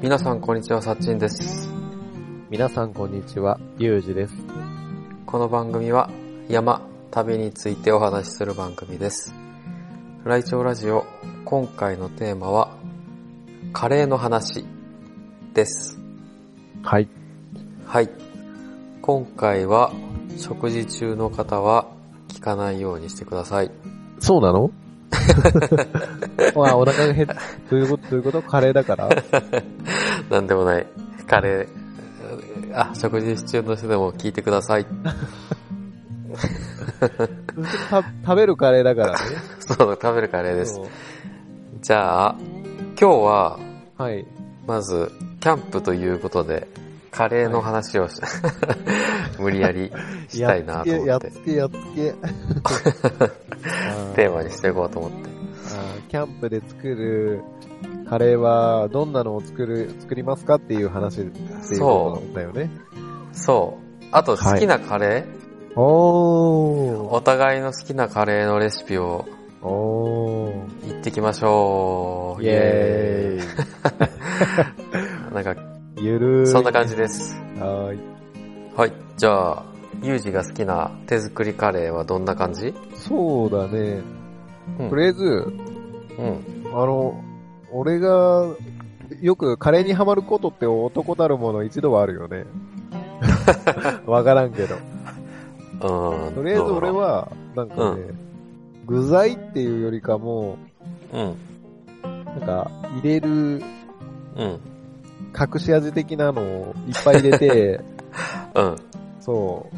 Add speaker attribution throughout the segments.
Speaker 1: 皆さんこんにちは、さっちんです。
Speaker 2: 皆さんこんにちは、ゆうじです。
Speaker 1: この番組は山、旅についてお話しする番組です。ライチョウラジオ、今回のテーマは、カレーの話です。
Speaker 2: はい。
Speaker 1: はい。今回は、食事中の方は聞かないようにしてください。
Speaker 2: そうなのま あ、お腹が減っ、どういうこと、どういうことカレーだから
Speaker 1: なんでもない。カレー、あ、食事中の人でも聞いてください。
Speaker 2: た食べるカレーだからね。
Speaker 1: そう、食べるカレーです。
Speaker 2: そう
Speaker 1: じゃあ、今日は、
Speaker 2: はい。
Speaker 1: まず、キャンプということで、カレーの話をし、無理やりしたいなと思
Speaker 2: や
Speaker 1: っ、
Speaker 2: ってつけ、やっつけ、やっ つけ。
Speaker 1: テーマにしていこうと思って。
Speaker 2: あーキャンプで作るカレーは、どんなのを作る、作りますかっていう話っていうことなんだよね。
Speaker 1: そう。あと、好きなカレー、
Speaker 2: おー。
Speaker 1: お互いの好きなカレーのレシピを
Speaker 2: おー。
Speaker 1: 言ってきましょう。
Speaker 2: イェ
Speaker 1: イ
Speaker 2: ー
Speaker 1: エーイ なんか、
Speaker 2: イ。ゆるーい。
Speaker 1: そんな感じです。
Speaker 2: はーい。
Speaker 1: はい。じゃあ、ユージが好きな手作りカレーはどんな感じ
Speaker 2: そうだね。
Speaker 1: うん
Speaker 2: とりあえず、
Speaker 1: うん。
Speaker 2: あの、俺が、よくカレーにハマることって男たるもの一度はある よね。わからんけど。
Speaker 1: うん。
Speaker 2: とりあえず俺は、なんかね、具材っていうよりかも、
Speaker 1: どうだろう、
Speaker 2: なんか、入れる
Speaker 1: うん。うん。
Speaker 2: 隠し味的なのをいっぱい入 れて、
Speaker 1: うん。
Speaker 2: そう。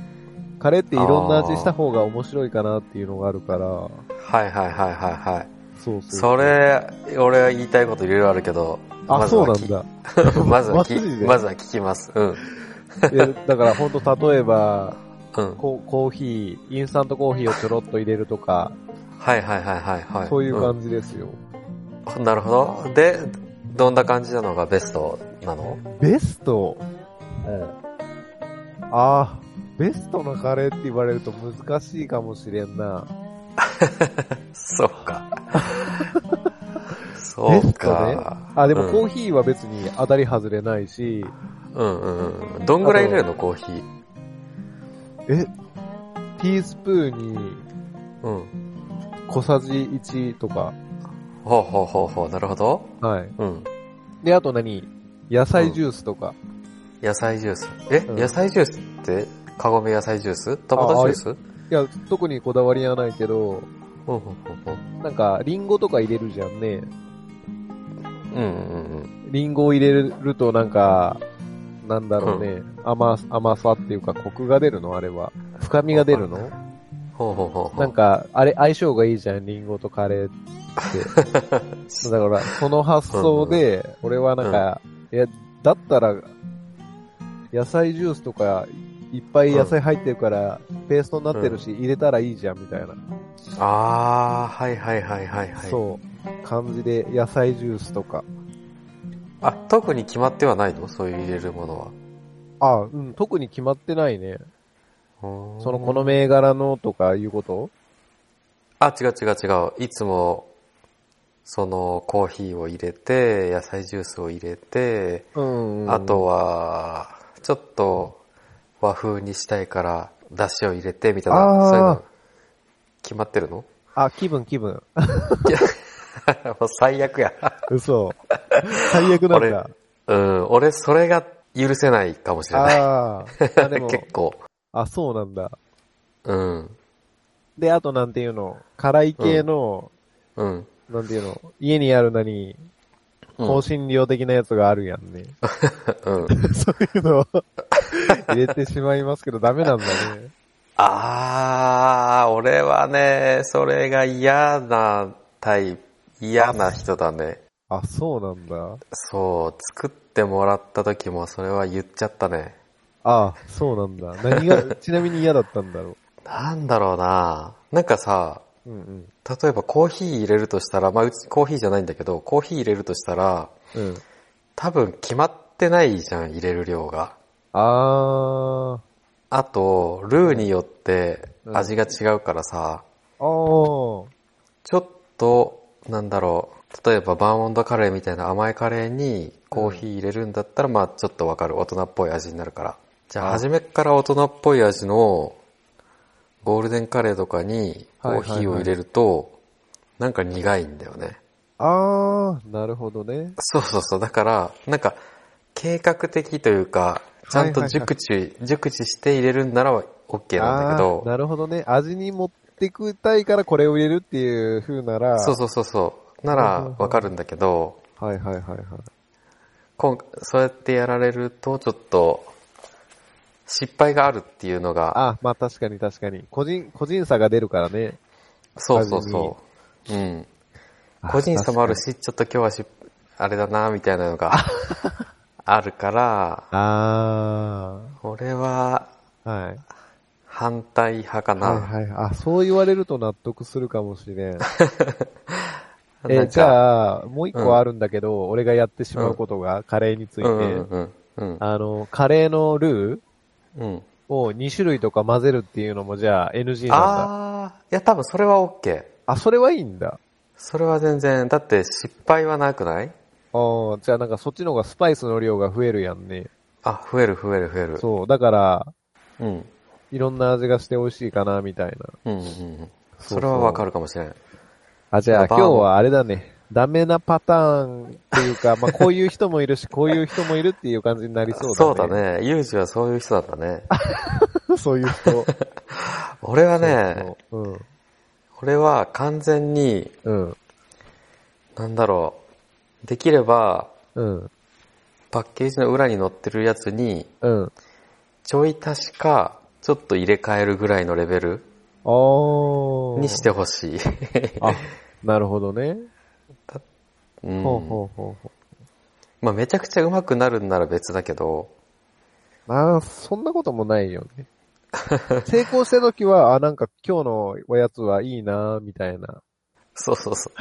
Speaker 2: カレーっていろんな味した方が面白いかなっていうのがあるから、
Speaker 1: はいはいはいはいはい。
Speaker 2: そうそうそ
Speaker 1: そ
Speaker 2: う。
Speaker 1: れ、俺は言いたいこといろいろあるけど、
Speaker 2: あ、
Speaker 1: まず
Speaker 2: そう
Speaker 1: は
Speaker 2: なん
Speaker 1: 聞
Speaker 2: だ。
Speaker 1: まずはき
Speaker 2: マジで
Speaker 1: まずは聞きます。うん。
Speaker 2: いやだからほんと例 えば、
Speaker 1: うん。
Speaker 2: こうコーヒー、インスタントコーヒーをちょろっと入れるとか、
Speaker 1: はいはいはいはい、はい。
Speaker 2: そういう感じですよ。
Speaker 1: じ、なるほど。で、どんな感じなのがベストなの
Speaker 2: ベスト
Speaker 1: うん。
Speaker 2: ああ、ベストのカレーって言われると難しいかもしれんな。
Speaker 1: そうか。 そう
Speaker 2: ベスト
Speaker 1: か。
Speaker 2: あ、でもコー
Speaker 1: ヒ
Speaker 2: ヒーは別に当たり外れないし、
Speaker 1: ー。うんうんうん。どんぐらい入れるのコーヒー。
Speaker 2: え、ティースプーンに
Speaker 1: うん。
Speaker 2: 小さじ1とか、
Speaker 1: ほうほうほうほう。なるほど。
Speaker 2: はい。
Speaker 1: うん。
Speaker 2: で、あと何野菜ジュースとか。
Speaker 1: 野菜ジュース。え、
Speaker 2: うん
Speaker 1: 野菜ジュースって、カゴメ野菜ジューストマトジュースうん
Speaker 2: いや、特にこだわりはないけど、
Speaker 1: ほうほうほう。
Speaker 2: なんか、リンゴとか入れるじゃんね。
Speaker 1: うんうんうん。
Speaker 2: リンゴを入れるとなんか、なんだろうね、甘、甘さっていうかコクが出るのあれは。深みが出るの
Speaker 1: ほうほうほうほう。
Speaker 2: なんか、あれ、相性がいいじゃん、リンゴとカレー って。だから、その発想で、俺はなんか、いや、だったら、野菜ジュースとか、いっぱい野菜入ってるから、ペーストになってるし、入れたらいいじゃん、みたいな。
Speaker 1: あー、はいはいはいはいはい。
Speaker 2: そう。感じで、野菜ジュースとか。
Speaker 1: あ、特に決まってはないのそういう入れるものは。
Speaker 2: あ、うん、特に決まってないね。
Speaker 1: ほー
Speaker 2: その、この銘柄のとかいうこと
Speaker 1: あ、違う違う違う。いつも、その、コーヒーを入れて、野菜ジュースを入れて、
Speaker 2: うん。
Speaker 1: あ、とは、ちょっと、和風にしたいから、出汁を入れて、みたいな
Speaker 2: あ、ー
Speaker 1: そういうの、決まってるの
Speaker 2: あ、気分、気分。
Speaker 1: もう最悪や。
Speaker 2: 嘘。最悪なんだ。
Speaker 1: うん、俺、それが許せないかもしれない。
Speaker 2: あー あ。でも、
Speaker 1: 結構。
Speaker 2: あ、そうなんだ。
Speaker 1: うん、
Speaker 2: で、あとなんていうの、辛い系の、
Speaker 1: うん。
Speaker 2: なんていうの、家にあるなに、
Speaker 1: うん
Speaker 2: 香辛料的なやつがあるやんね。
Speaker 1: うん。
Speaker 2: そういうのを入れてしまいますけど、ダメなんだね。
Speaker 1: あー、俺はね、それが嫌なタイプ、嫌な人だね。
Speaker 2: あ、そうなんだ。
Speaker 1: そう、作ってもらった時もそれは言っちゃったね。
Speaker 2: あそうなんだ。何が、ちなみに嫌だったんだろ
Speaker 1: なんだろうななんかさ、
Speaker 2: う。うんうん。
Speaker 1: 例えばコーヒー入れるとしたら、まあうちコーヒーじゃないんだけど、コーヒー入れるとしたら、
Speaker 2: うん。
Speaker 1: 多分決まってないじゃん、入れる量が。
Speaker 2: あー。
Speaker 1: あと、ルーによって
Speaker 2: うん
Speaker 1: 味が違うからさ、
Speaker 2: あー。
Speaker 1: ちょっと、なんだろう、例えばバーモントカレーみたいな甘いカレーにコーヒー入れるんだったら、まあちょっとわかる大人っぽい味になるから。じゃあ、
Speaker 2: はい
Speaker 1: 初めっから大人っぽい味のゴールデンカレーとかにコーヒーを入れると、なんか苦いんだよね。
Speaker 2: あー、なるほどね。
Speaker 1: そうそうそう。だから、なんか、計画的というか、ちゃんと熟知、熟知して入れるんなら OK なんだけ
Speaker 2: あ
Speaker 1: ど
Speaker 2: ー、なるほどね。味に持ってくたいからこれを入れるっていう風なら。
Speaker 1: そうそうそうそう。ならわかるんだけど、
Speaker 2: はいはいはいはい。
Speaker 1: 今そうやってやられると、ちょっと、失敗があるっていうのが、
Speaker 2: あ、まあ確かに確かに。個人、個人差が出るからね。
Speaker 1: そうそうそう。うん。個人差もあるし、ちょっと今日はし、あれだな、みたいな のがあるから、
Speaker 2: あ
Speaker 1: 俺は
Speaker 2: ー。はい。
Speaker 1: 反対派かな。
Speaker 2: はいはい。あ、そう言われると納得するかもしれ ん。
Speaker 1: な
Speaker 2: え、
Speaker 1: んか
Speaker 2: じゃあ、もう一個あるんだけど、俺がやってしまうことが、カレーについて、
Speaker 1: うんうんうん。
Speaker 2: あの、カレーのルー
Speaker 1: うん。
Speaker 2: を2種類とか混ぜるっていうのも、じゃあ NG なんだ。あ
Speaker 1: あー、いや多分それは OK。
Speaker 2: それはいいんだ。
Speaker 1: それは全然、だって失敗はなくない
Speaker 2: あーじゃあなんかそっちの方がスパイスの量が増えるやんね。
Speaker 1: あ、増える増える増える。
Speaker 2: そう、だから、
Speaker 1: う。うん。
Speaker 2: いろんな味がして美味しいかな、みたいな。
Speaker 1: うんうんうん。
Speaker 2: そ
Speaker 1: そ
Speaker 2: う
Speaker 1: れはわかるかもしれん。
Speaker 2: あ、じゃあ
Speaker 1: バ
Speaker 2: 今
Speaker 1: ー
Speaker 2: 日
Speaker 1: モン
Speaker 2: はあれだね。ダメなパターンっていうか、まあこういう人もいるし、こういう人もいるっていう感じになりそうだね。
Speaker 1: そうだ。ね。ユージはそういう人なんだね。
Speaker 2: そうい う人。
Speaker 1: 俺はね、
Speaker 2: そう
Speaker 1: 俺は完全に、
Speaker 2: うん。うん。
Speaker 1: なんだろう。できれば、
Speaker 2: うん。
Speaker 1: パッケージの裏に載ってるやつに、
Speaker 2: うん。
Speaker 1: ちょい足しか、ちょっと入れ替えるぐらいのレベル
Speaker 2: おー。
Speaker 1: にしてほしい。
Speaker 2: あ、なるほどね。
Speaker 1: うん
Speaker 2: ほうほうほうほ
Speaker 1: まあめちゃくちゃ上手くなるんなら別だけど、
Speaker 2: う。まあ、そんなこともないよね。成功した時は、あ、なんか今日のおやつはいいなみたいな。
Speaker 1: そうそう そう。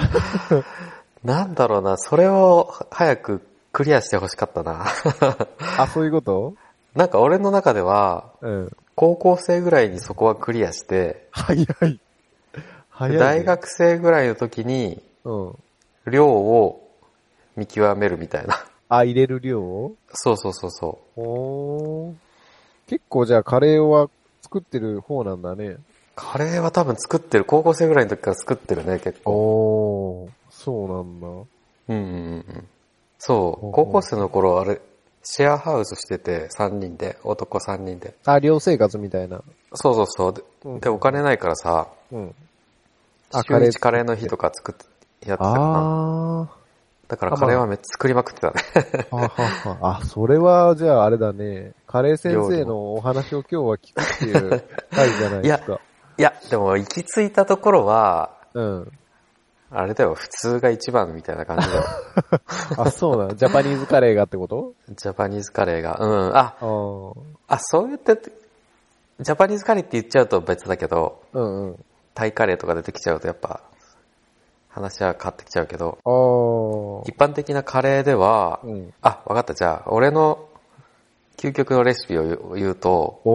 Speaker 1: なんだろうな、それを早くクリアしてほしかったな。
Speaker 2: あ、そういうこと
Speaker 1: なんか俺の中では、
Speaker 2: うん。
Speaker 1: 高校生ぐらいにそこはクリアして、
Speaker 2: 早い。早いね、
Speaker 1: 大学生ぐらいの時に
Speaker 2: うん。
Speaker 1: 量を見極めるみたいな。
Speaker 2: あ、入れる量を
Speaker 1: そうそうそうそ
Speaker 2: おー。結構じゃあカレーは作ってる方なんだね。
Speaker 1: う。カレーは多分作ってる。高校生ぐらいの時から作ってるね、結構。
Speaker 2: おー。そうなんだ。
Speaker 1: うんうんうん。そ
Speaker 2: ほう
Speaker 1: う、高校生の頃あれ、シェアハウスしてて、3人で、男3人で。
Speaker 2: あ、寮生活みたいな。
Speaker 1: そうそうそう。で
Speaker 2: うん
Speaker 1: で、お金ないからさ、
Speaker 2: うん。あ
Speaker 1: 週一カレーの日とか作って、やってたかな。
Speaker 2: あ
Speaker 1: だからカレーはめっちゃ作りまくってたね。
Speaker 2: ー。はは は。あ、それは、じゃああれだね。カレー先生のお話を今日は聞くっていう回じゃないですか。
Speaker 1: いや、でも行き着いたところは、
Speaker 2: うん。
Speaker 1: あれだよ、普通が一番みたいな感じだよ。
Speaker 2: あ、そうなのジャパニーズカレーがってこと
Speaker 1: ジャパニーズカレーが。うん。あ、
Speaker 2: あー
Speaker 1: あ、そう言って、ジャパニーズカレーって言っちゃうと別だけど、
Speaker 2: うんうん。
Speaker 1: タイカレーとか出てきちゃうとやっぱ、話は変わってきちゃうけど、
Speaker 2: あー
Speaker 1: 一般的なカレーでは、
Speaker 2: うん。
Speaker 1: あ、わかった、じゃあ、俺の究極のレシピを言う言うと、
Speaker 2: お、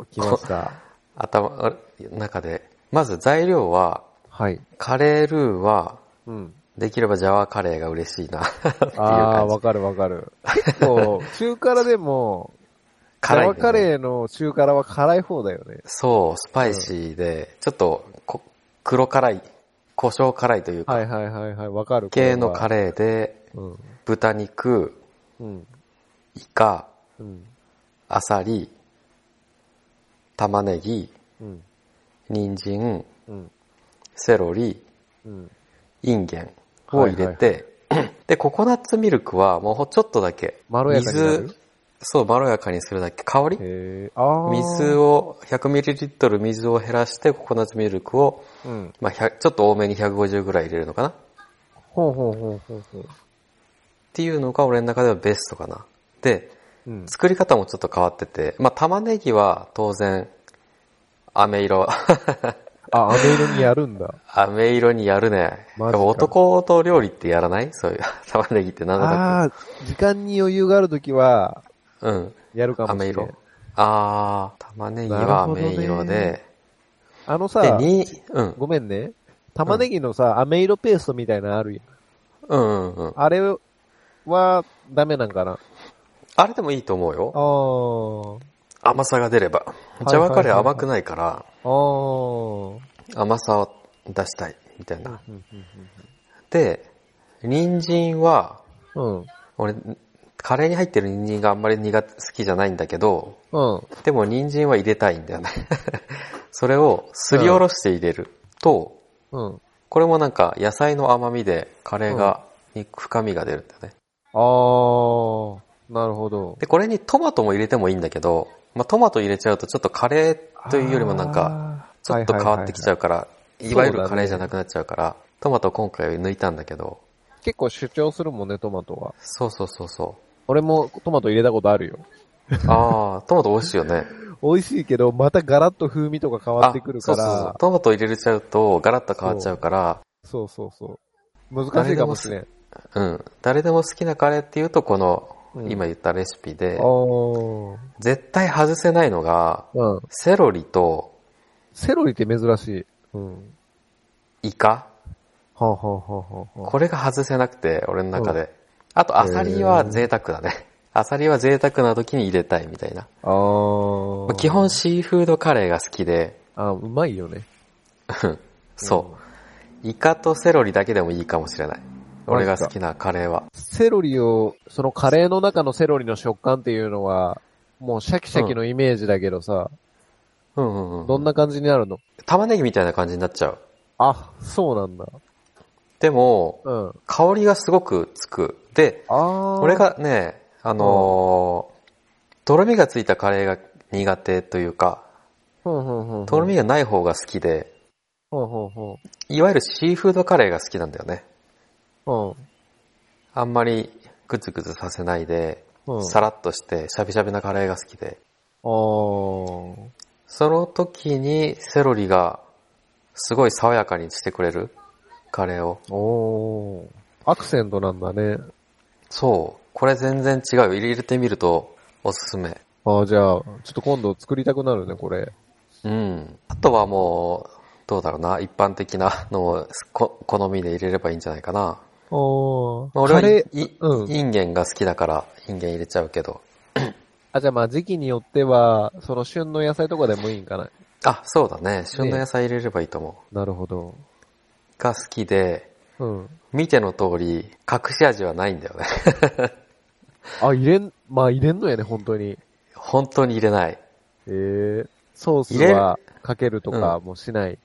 Speaker 2: お、来ました。
Speaker 1: 頭、あ中で、まず材料は、
Speaker 2: はい。
Speaker 1: カレールーは、
Speaker 2: うん。
Speaker 1: できればジャワカレーが嬉しい なっていう
Speaker 2: ああ
Speaker 1: 感
Speaker 2: ー、
Speaker 1: じ。
Speaker 2: わかるわかる。結構、中辛でも、
Speaker 1: 辛い
Speaker 2: ジ
Speaker 1: んだよ
Speaker 2: ャワ
Speaker 1: ね
Speaker 2: カレーの中辛は辛い方だよね。
Speaker 1: そう、スパイシーで、ちょっとこ黒辛い、胡椒辛いというか、
Speaker 2: はいはいはいはい、わかる。
Speaker 1: 系のカ
Speaker 2: レ
Speaker 1: レーで、
Speaker 2: ー。うん。
Speaker 1: 豚肉、
Speaker 2: うん。
Speaker 1: イカ、
Speaker 2: うん。
Speaker 1: アサリ、玉ねぎ、
Speaker 2: うん。
Speaker 1: 人参、
Speaker 2: うん。
Speaker 1: セロリ、
Speaker 2: うん。
Speaker 1: インゲンを入れて、 で、ココナッツミルクはもうちょっとだけ、
Speaker 2: まろやかになる
Speaker 1: 水、そう、まろやかにするだけ、香り
Speaker 2: へえ、ああ。
Speaker 1: 水を、100ml 水を減らして、ココナッツミルクを、
Speaker 2: うん。
Speaker 1: まあ、100ちょっと多めに150ぐらい入れるのかなっ
Speaker 2: ほうほうほうほうほう。
Speaker 1: ていうのが俺の中ではベストかな。で、
Speaker 2: うん。
Speaker 1: 作り方もちょっと変わってて、まあ、玉ねぎは当然、飴色、
Speaker 2: あ、飴色にやるんだ。
Speaker 1: 飴色にやるね。
Speaker 2: マ
Speaker 1: や
Speaker 2: ジか
Speaker 1: っぱ男と料理ってやらないそういう、 玉ねぎってなんだ
Speaker 2: ああ、時間に余裕があるときは、
Speaker 1: っけうん。
Speaker 2: やるかもしれな
Speaker 1: 飴
Speaker 2: い。
Speaker 1: 色。あー、玉ねぎは飴
Speaker 2: なるほ
Speaker 1: 色
Speaker 2: ど
Speaker 1: で、
Speaker 2: ねあの
Speaker 1: で、
Speaker 2: さ、
Speaker 1: に、うん。
Speaker 2: ごめんね。玉ねぎのさ、飴色ペーストみたいなのあるやん。
Speaker 1: うんうんうん。
Speaker 2: あれはダメなんかな
Speaker 1: あれでもいいと思うよ。
Speaker 2: あー。
Speaker 1: 甘さが出れば。
Speaker 2: い
Speaker 1: ジャワカレー甘くないから、
Speaker 2: あー。
Speaker 1: 甘さを出したい、みたいな。
Speaker 2: うん
Speaker 1: で、人参は、
Speaker 2: うん。
Speaker 1: 俺、カレーに入ってる人参があんまり苦手、好きじゃないんだけど、
Speaker 2: うん。
Speaker 1: でも人参は入れたいんだよね。 それをすりおろして入れると、
Speaker 2: うん。
Speaker 1: これもなんか野菜の甘みでカレーが、に深みが出るんだよね。
Speaker 2: あー。なるほど。
Speaker 1: で、これにトマトも入れてもいいんだけど、まあ、トマト入れちゃうとちょっとカレーというよりもなんか、
Speaker 2: か
Speaker 1: ちょっと変わってきちゃ
Speaker 2: う。
Speaker 1: うから、
Speaker 2: い
Speaker 1: いわゆるカレーじゃなくなっちゃうから、トマト今回抜いたんだけど、
Speaker 2: 結構主張するもんね、トマトは。
Speaker 1: そうそうそうそ
Speaker 2: 俺もトマト入れたことあるよ。
Speaker 1: う。あー、トマト美味しいよ ね。
Speaker 2: 美味しいけど、またガラッと風味とか変わってくるか
Speaker 1: あそうそうそう
Speaker 2: ら、
Speaker 1: トマト入れれちゃうと、ガラッと変わっちゃうから、
Speaker 2: そうそうそう難しいかもしれん。
Speaker 1: うん。誰でも好きなカレーっていうと、この、
Speaker 2: うん
Speaker 1: 今言ったレシピで、
Speaker 2: あー。
Speaker 1: 絶対外せないのが、
Speaker 2: うん。
Speaker 1: セロリと
Speaker 2: セロリって珍しい。うん。
Speaker 1: イカ
Speaker 2: はあ、はあはあはあはあ、
Speaker 1: これが外せなくて、俺の中で。あと、アサリは贅沢だね。アサリは贅沢な時に入れたいみたいな。
Speaker 2: あー
Speaker 1: まあ基本シーフードカレーが好きで、
Speaker 2: あ、うまいよね。
Speaker 1: そう。イカとセロリだけでもいいかもしれない。俺が
Speaker 2: マジか
Speaker 1: 好きなカレーは。
Speaker 2: セロリを、そのカレーの中のセロリの食感っていうのは、もうシャキシャキのイメージだけどさ、
Speaker 1: うんうんう
Speaker 2: ど
Speaker 1: ん。
Speaker 2: んな感じになるの
Speaker 1: 玉ねぎみたいな感じになっちゃう。
Speaker 2: あ、そうなんだ。
Speaker 1: でも、
Speaker 2: うん。あ
Speaker 1: 香りがすごくつく。で、
Speaker 2: あ。
Speaker 1: 俺、がね、あのーとろみがついたカレーが苦手というか、
Speaker 2: ふんふんふん。
Speaker 1: とろみがない方が好きで、
Speaker 2: ふんふんふん。
Speaker 1: いわゆるシーフードカレーが好きなんだよね。
Speaker 2: うん。
Speaker 1: あんまりグツグツさせないで、
Speaker 2: うん。
Speaker 1: さらっとして、シャビシャビなカレーが好きで。
Speaker 2: あー。
Speaker 1: その時にセロリがすごい爽やかにしてくれるカレーを。
Speaker 2: おー。アクセントなんだね。
Speaker 1: そう。これ全然違うよ。入れてみるとおすすめ。
Speaker 2: ああ、じゃあ、ちょっと今度作りたくなるね、これ。
Speaker 1: うん。あとはもう、どうだろうな。一般的なのをこ好みで入れればいいんじゃないかな。
Speaker 2: おー。
Speaker 1: まあ俺は
Speaker 2: カレ
Speaker 1: い
Speaker 2: ー、
Speaker 1: い
Speaker 2: うん
Speaker 1: インゲンが好きだから、インゲン入れちゃうけど。
Speaker 2: あ、じゃあまあ時期によっては、その旬の野菜とかでもいいんかな。
Speaker 1: あ、そうだね。旬の野菜入れればいいと思う。
Speaker 2: なるほど。
Speaker 1: が好きで、
Speaker 2: うん。
Speaker 1: 見ての通り、隠し味はないんだよね。
Speaker 2: あ、入れん、まあ入れんのやね、本当に。
Speaker 1: 本当に入れない。
Speaker 2: ええソースはかけるとかもしない。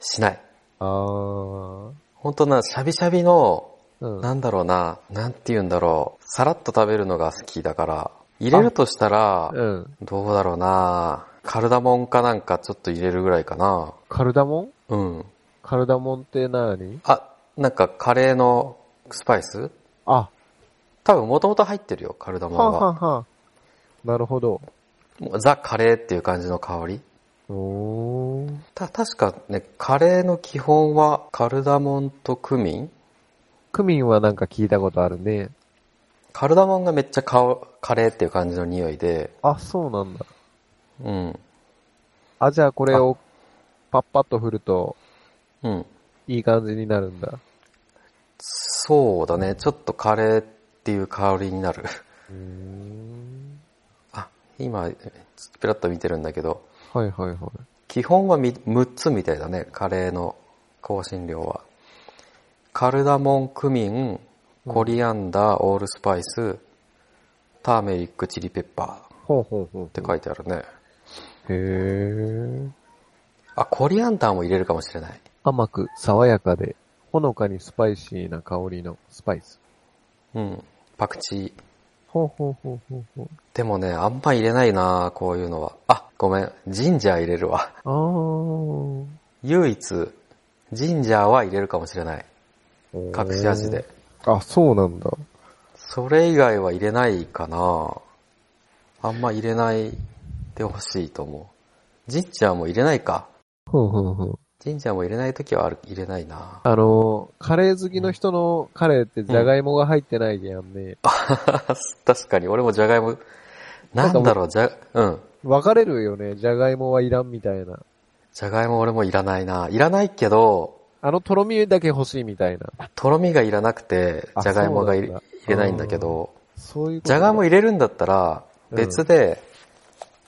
Speaker 1: しない。
Speaker 2: あー。
Speaker 1: 本当な、シャビシャビの、
Speaker 2: うん。
Speaker 1: なんだろうな、なんて言うんだろう。さらっと食べるのが好きだから、入れるとしたら、
Speaker 2: うん。
Speaker 1: どうだろうなカルダモンかなんかちょっと入れるぐらいかな
Speaker 2: カルダモン
Speaker 1: うん。
Speaker 2: カルダモンって何
Speaker 1: あ、なんかカレーのスパイス
Speaker 2: あ、
Speaker 1: 多分もともと入ってるよ、カルダモン
Speaker 2: は
Speaker 1: は。
Speaker 2: んはんはん。なるほど。
Speaker 1: もうザ・カレーっていう感じの香り。
Speaker 2: おー。
Speaker 1: た、確かね、カレーの基本はカルダモンとクミン
Speaker 2: クミンはなんか聞いたことあるね。
Speaker 1: カルダモンがめっちゃ香カレーっていう感じの匂いで、
Speaker 2: あ、そうなんだ。
Speaker 1: うん。
Speaker 2: あ、じゃあこれをパッパッと振ると
Speaker 1: うん。
Speaker 2: いい感じになるんだ。
Speaker 1: そうだね、ちょっとカレーっていう香りになる。
Speaker 2: うーん。
Speaker 1: あ、今、ペラッと見てるんだけど、
Speaker 2: はいはいはい。
Speaker 1: 基本はみ6つみたいだね、カレーの香辛料は。カルダモン、クミン、コリアンダー、オールスパイス、ターメリック、チリペッパーっ
Speaker 2: ほうほうほう。って
Speaker 1: 書いてあるね。
Speaker 2: へー。
Speaker 1: あ、コリアンダーも入れるかもしれない。
Speaker 2: 甘く爽やかで、ほのかにスパイシーな香りのスパイス。
Speaker 1: うん。パクチー。
Speaker 2: ほうほうほうほうほう。
Speaker 1: でもね、あんま入れないなこういうのは。あ、ごめん。ジンジャー入れるわ。
Speaker 2: あー。
Speaker 1: 唯一、ジンジャーは入れるかもしれない。隠し味で。。
Speaker 2: あ、そうなんだ。
Speaker 1: それ以外は入れないかなあんま入れないでほしいと思う。ジンジャーも入れないか。
Speaker 2: ふんふんふん。
Speaker 1: ジンジャーも入れないときはある入れないな
Speaker 2: あのー、カレー好きの人のカレーってじゃがいもが入ってないやんね。
Speaker 1: 確かに、俺もじゃがいも、なんだろう、じゃ、うん。
Speaker 2: 分かれるよね。じゃがいもはいらんみたいな。
Speaker 1: じゃがいも俺もいらないないらないけど、
Speaker 2: あのとろみだけ欲しいみたいな。
Speaker 1: とろみがいらなくて、
Speaker 2: あ
Speaker 1: じゃがいもがい
Speaker 2: そうなんだ
Speaker 1: 入れないんだけど、
Speaker 2: そういうこと
Speaker 1: じゃがいも入れるんだったら、別で、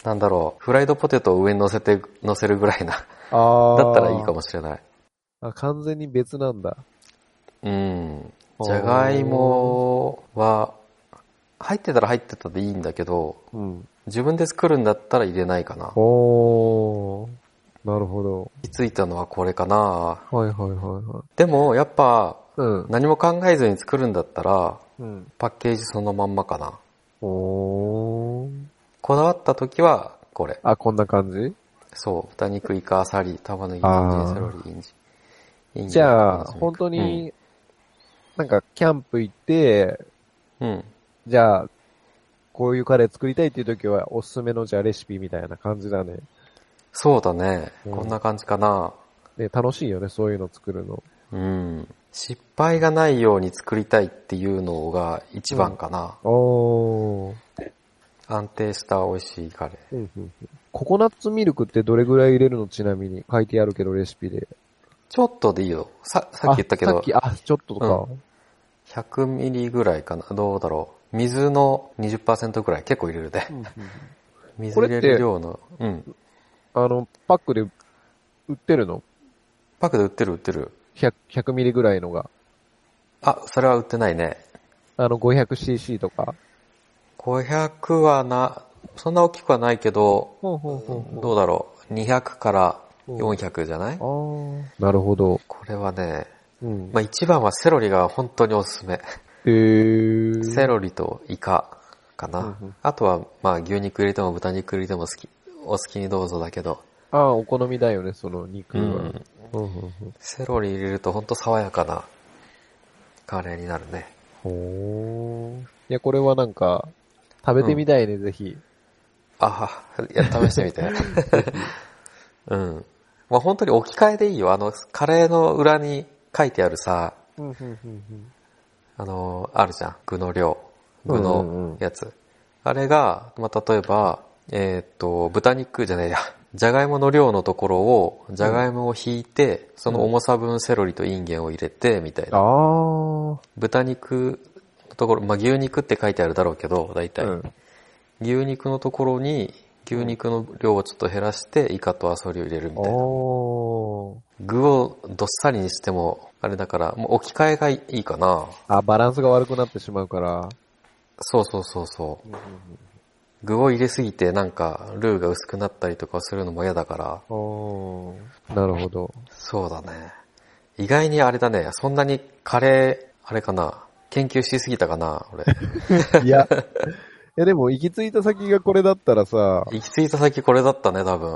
Speaker 1: なんだろう、フライドポテトを上に乗せて、乗せるぐらいな、
Speaker 2: あ
Speaker 1: だったらいいか
Speaker 2: も。
Speaker 1: もしれない。
Speaker 2: あ、完全に別なんだ。
Speaker 1: うん。じゃがいもは、入ってたら入ってたでいいんだけど、
Speaker 2: うん。
Speaker 1: 自分で作るんだったら入れないかな。
Speaker 2: おー。なるほど。
Speaker 1: 気づいたのはこれかな。
Speaker 2: はいはいはいはい。
Speaker 1: でも、やっぱ、
Speaker 2: うん。
Speaker 1: 何も考えずに作るんだったら、
Speaker 2: うん。
Speaker 1: パッケージそのまんまかな。
Speaker 2: おー。
Speaker 1: こだわった時は、これ。
Speaker 2: あ、こんな感じ
Speaker 1: そう、豚肉、イカ、アサリ、玉ねぎ、人参セロリ、インジ。インジ
Speaker 2: じゃあ、
Speaker 1: ナスミ
Speaker 2: 本当に、なんか、キャンプ行って、
Speaker 1: うん。うん
Speaker 2: じゃあ、こういうカレー作りたいっていう時は、おすすめのじゃあレシピみたいな感じだね。
Speaker 1: そうだね。
Speaker 2: うん
Speaker 1: こんな感じかな。
Speaker 2: で、楽しいよね、そういうの作るの。
Speaker 1: うん。失敗がないように作りたいっていうのが一番かな。
Speaker 2: おー。
Speaker 1: 安定した美味しいカレー。
Speaker 2: うんうんうんココナッツミルクってどれぐらい入れるのちなみに書いてあるけどレシピで。
Speaker 1: ちょっとでいいよ。さ、さっき言ったけ
Speaker 2: あさ
Speaker 1: ど
Speaker 2: っ、き、あ、ちょっとか。
Speaker 1: 100ミリぐらいかな。どうだろう。水の20%ぐらい結構入れるで。水
Speaker 2: こ
Speaker 1: 入
Speaker 2: れって
Speaker 1: れる量の。うん。
Speaker 2: あの、パックで売ってるの
Speaker 1: パックで売ってる売ってる。
Speaker 2: 100, 100ミリぐらいのが。
Speaker 1: あ、それは売ってないね。
Speaker 2: あの、500cc とか。
Speaker 1: 500はな、そんな大きくはないけど、
Speaker 2: ほうほうほ
Speaker 1: どうだろう。200から400じゃない
Speaker 2: ほう。ああ。なるほど。
Speaker 1: これはね、
Speaker 2: うん。
Speaker 1: まあ一番はセロリが本当におすすめ。
Speaker 2: へー。
Speaker 1: セロリとイカかな
Speaker 2: うんうん。
Speaker 1: あとは、まあ牛肉入れても豚肉入れても好き、お好きにどうぞだけど、
Speaker 2: ああ、お好みだよね、その肉
Speaker 1: う
Speaker 2: は。
Speaker 1: ん。
Speaker 2: うんうんうん
Speaker 1: セロリ入れると本当爽やかなカレーになるね。
Speaker 2: ほー。いや、これはなんか、食べてみたいね、ぜひ。
Speaker 1: あはいや、 試してみて。うん。まあ本当に置き換えでいいよ。あの、カレーの裏に書いてあるさ、
Speaker 2: うん、うん、うん。
Speaker 1: あの、あるじゃん。具の量。具
Speaker 2: うんうんう
Speaker 1: の
Speaker 2: ん
Speaker 1: やつ。あれが、まあ、例えば、えーっと、豚肉じゃねえや。じゃがいもの量のところを、じゃがいもを引いて、その重さ分セロリとインゲンを入れて、みたい
Speaker 2: あ
Speaker 1: な。
Speaker 2: あ。
Speaker 1: 豚肉のところ、まあ、牛肉って書いてあるだろうけど、大体。
Speaker 2: うん。
Speaker 1: 牛肉のところに、牛肉の量をちょっと減らして、イカとアソリを入れるみたいな。
Speaker 2: おー。
Speaker 1: 具をどっさりにしても、あれだから、もう置き換えがいいかな。
Speaker 2: あ、バランスが悪くなってしまうから。
Speaker 1: そうそうそうそう。具を入れすぎて、なんか、ルーが薄くなったりとかするのも嫌だから、
Speaker 2: おー。なるほど。
Speaker 1: そうだね。意外にあれだね、そんなにカレー、あれかな、研究しすぎたかな、 俺。
Speaker 2: いや。 いや、でも、行き着いた先がこれだったらさ、
Speaker 1: 行き着いた先これだったね、多分。